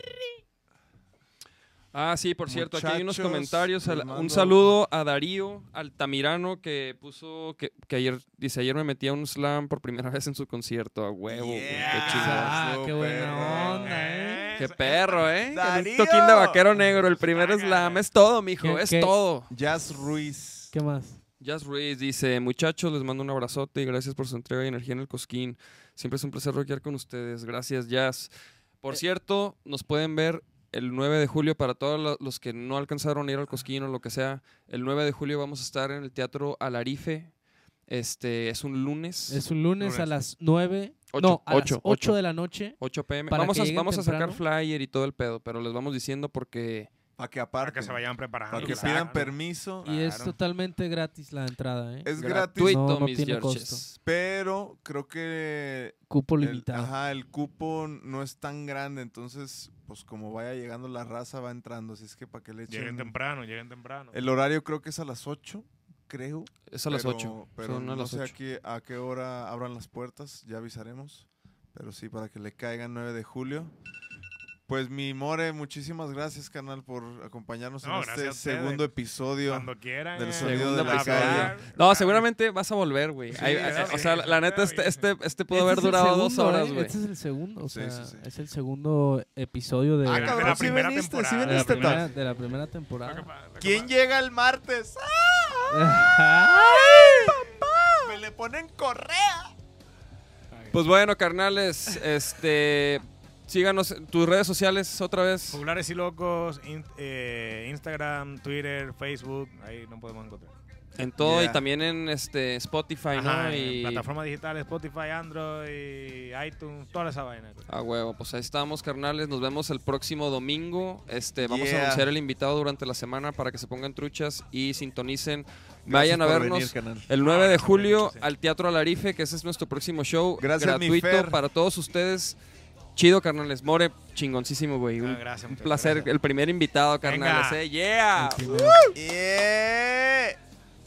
S2: Ah, sí, por cierto, aquí hay unos
S1: Muchachos,
S2: comentarios.
S1: les
S2: Al- Un
S1: mando-
S2: saludo a Darío Altamirano que puso que, que ayer, dice, ayer me metí a un slam por primera vez en su concierto. A huevo, güey,
S1: Yeah.
S2: qué chingón.
S4: Ah,
S1: Qué
S4: qué buena
S1: perro.
S4: onda, eh.
S2: Qué perro, ¿eh? Con
S1: ¡Darío!
S2: un toquín de vaquero negro, el primer
S3: Sácala.
S2: slam. Es todo, mijo,
S4: ¿Qué-
S2: es
S4: qué?
S2: todo.
S1: Jazz Ruiz.
S4: ¿Qué más?
S2: Jazz Ruiz dice, muchachos, les mando un abrazote y gracias por su entrega y energía en el Cosquín. Siempre es un placer rockear con ustedes. Gracias, Jazz.
S1: Eh.
S2: Por cierto, nos pueden ver el 9 de julio para todos lo- los que no alcanzaron a
S1: Ah.
S2: ir al Cosquín o lo que sea. El 9 de julio vamos a estar en el Teatro Alarife. Este, es un lunes,
S4: Es un lunes, a
S1: Lunes.
S4: las 9.
S2: Ocho,
S4: no, a
S2: ocho,
S4: las 8
S2: ocho.
S4: de la noche.
S2: 8 pm.
S4: Para
S2: Vamos,
S4: que
S2: a,
S4: lleguen
S2: vamos a sacar
S4: temprano.
S2: flyer y todo el pedo, pero les vamos diciendo porque...
S1: Para que
S3: para
S1: aparten.
S3: que se vayan preparando.
S1: Para que
S3: claro.
S1: pidan permiso.
S4: Y es
S3: Claro.
S4: totalmente gratis la entrada, ¿eh?
S1: Es gratis,
S2: Gratuito,
S4: No, no
S2: mis
S4: tiene costo.
S2: Georges.
S1: pero creo que
S4: Cupo
S1: el-
S4: limitado.
S1: ajá, el cupo no es tan grande, entonces, pues como vaya llegando la raza va entrando, así es que para que le
S3: Lleguen
S1: echen...
S3: temprano, lleguen temprano.
S1: El horario creo que es a las 8, creo.
S2: Es a las
S1: pero-
S2: 8.
S1: Pero
S2: Son a
S1: no
S2: las
S1: sé
S2: 8.
S1: aquí a qué hora abran las puertas, ya avisaremos. Pero sí, para que le caigan 9 de julio. Pues mi More, muchísimas gracias, canal, por acompañarnos
S3: No,
S1: en
S3: gracias
S1: este
S3: a ustedes.
S1: segundo episodio. Ah,
S3: Cuando quieran.
S1: del
S3: eh,
S1: sonido
S2: de la
S3: hablar.
S2: No, seguramente vas a volver, güey.
S1: Sí,
S2: Ahí-
S1: sí,
S2: a- a-
S1: sí.
S2: o sea, la- la neta, este, este, este pudo haber
S4: Este es el
S2: durado dos
S4: segundo,
S2: horas,
S4: ¿eh?
S2: güey.
S4: Este es el segundo, o
S1: Sí,
S4: sea,
S1: sí, sí.
S4: es el segundo episodio de,
S1: Ah,
S3: la
S1: cabrón, sí
S3: primera
S1: viniste, sí
S3: temporada.
S4: de la
S1: viniste, Taz.
S4: primera, de la primera
S3: Lo que
S4: temporada.
S3: pa- lo que
S1: ¿Quién
S3: pa-
S1: llega el martes? ¡Ah! ¡Ay, ¡Me le ponen correa!
S2: Pues bueno, carnales, este. Síganos en tus redes sociales otra vez.
S3: Populares y Locos, in- eh, Instagram, Twitter, Facebook, ahí no podemos encontrar.
S2: En todo y
S1: Yeah.
S2: también en este Spotify,
S3: Ajá,
S2: ¿no?
S3: en
S2: Y.
S3: plataformas digitales, Spotify, Android, iTunes, toda esa vaina.
S2: A huevo, pues ahí estamos, carnales. Nos vemos el próximo domingo. Este, vamos a
S1: Yeah.
S2: anunciar el invitado durante la semana para que se pongan truchas y sintonicen. Vayan a
S1: por
S2: vernos.
S1: venir, canal.
S2: El 9 de
S3: gracias por venir,
S2: julio
S3: sí.
S2: al Teatro Alarife, que ese es nuestro próximo show.
S1: Gracias, mi
S2: gratuito
S1: Fer.
S2: para todos ustedes. Chido, carnales. More, chingoncísimo, güey. Un,
S3: Ah, gracias,
S2: un
S3: muchachos,
S2: placer.
S3: gracias.
S2: El primer invitado, carnales.
S3: Venga.
S2: eh. Yeah.
S1: ¡Eh!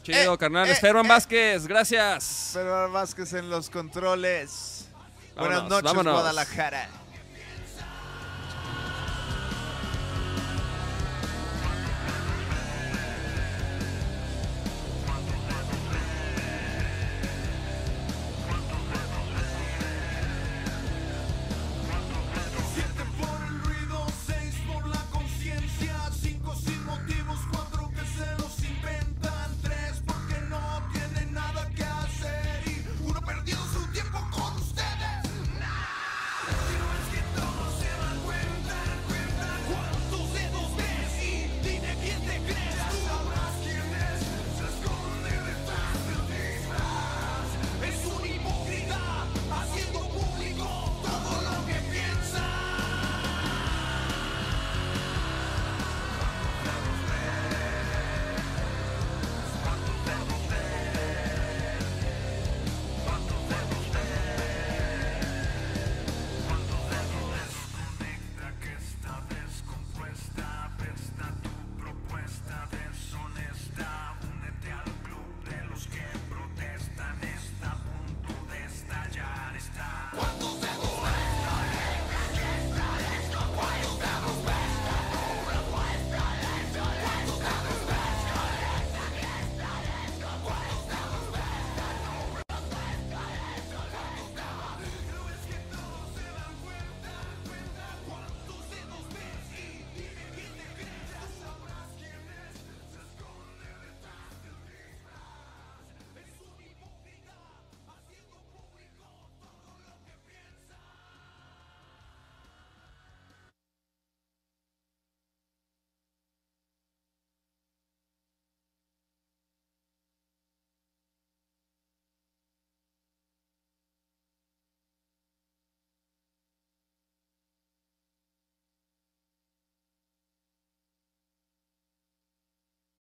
S2: Chido, carnales. Ferman Vázquez, gracias.
S1: Fermín Vázquez en los controles. Buenas
S2: Vámonos,
S1: noches,
S2: vámonos.
S1: Guadalajara.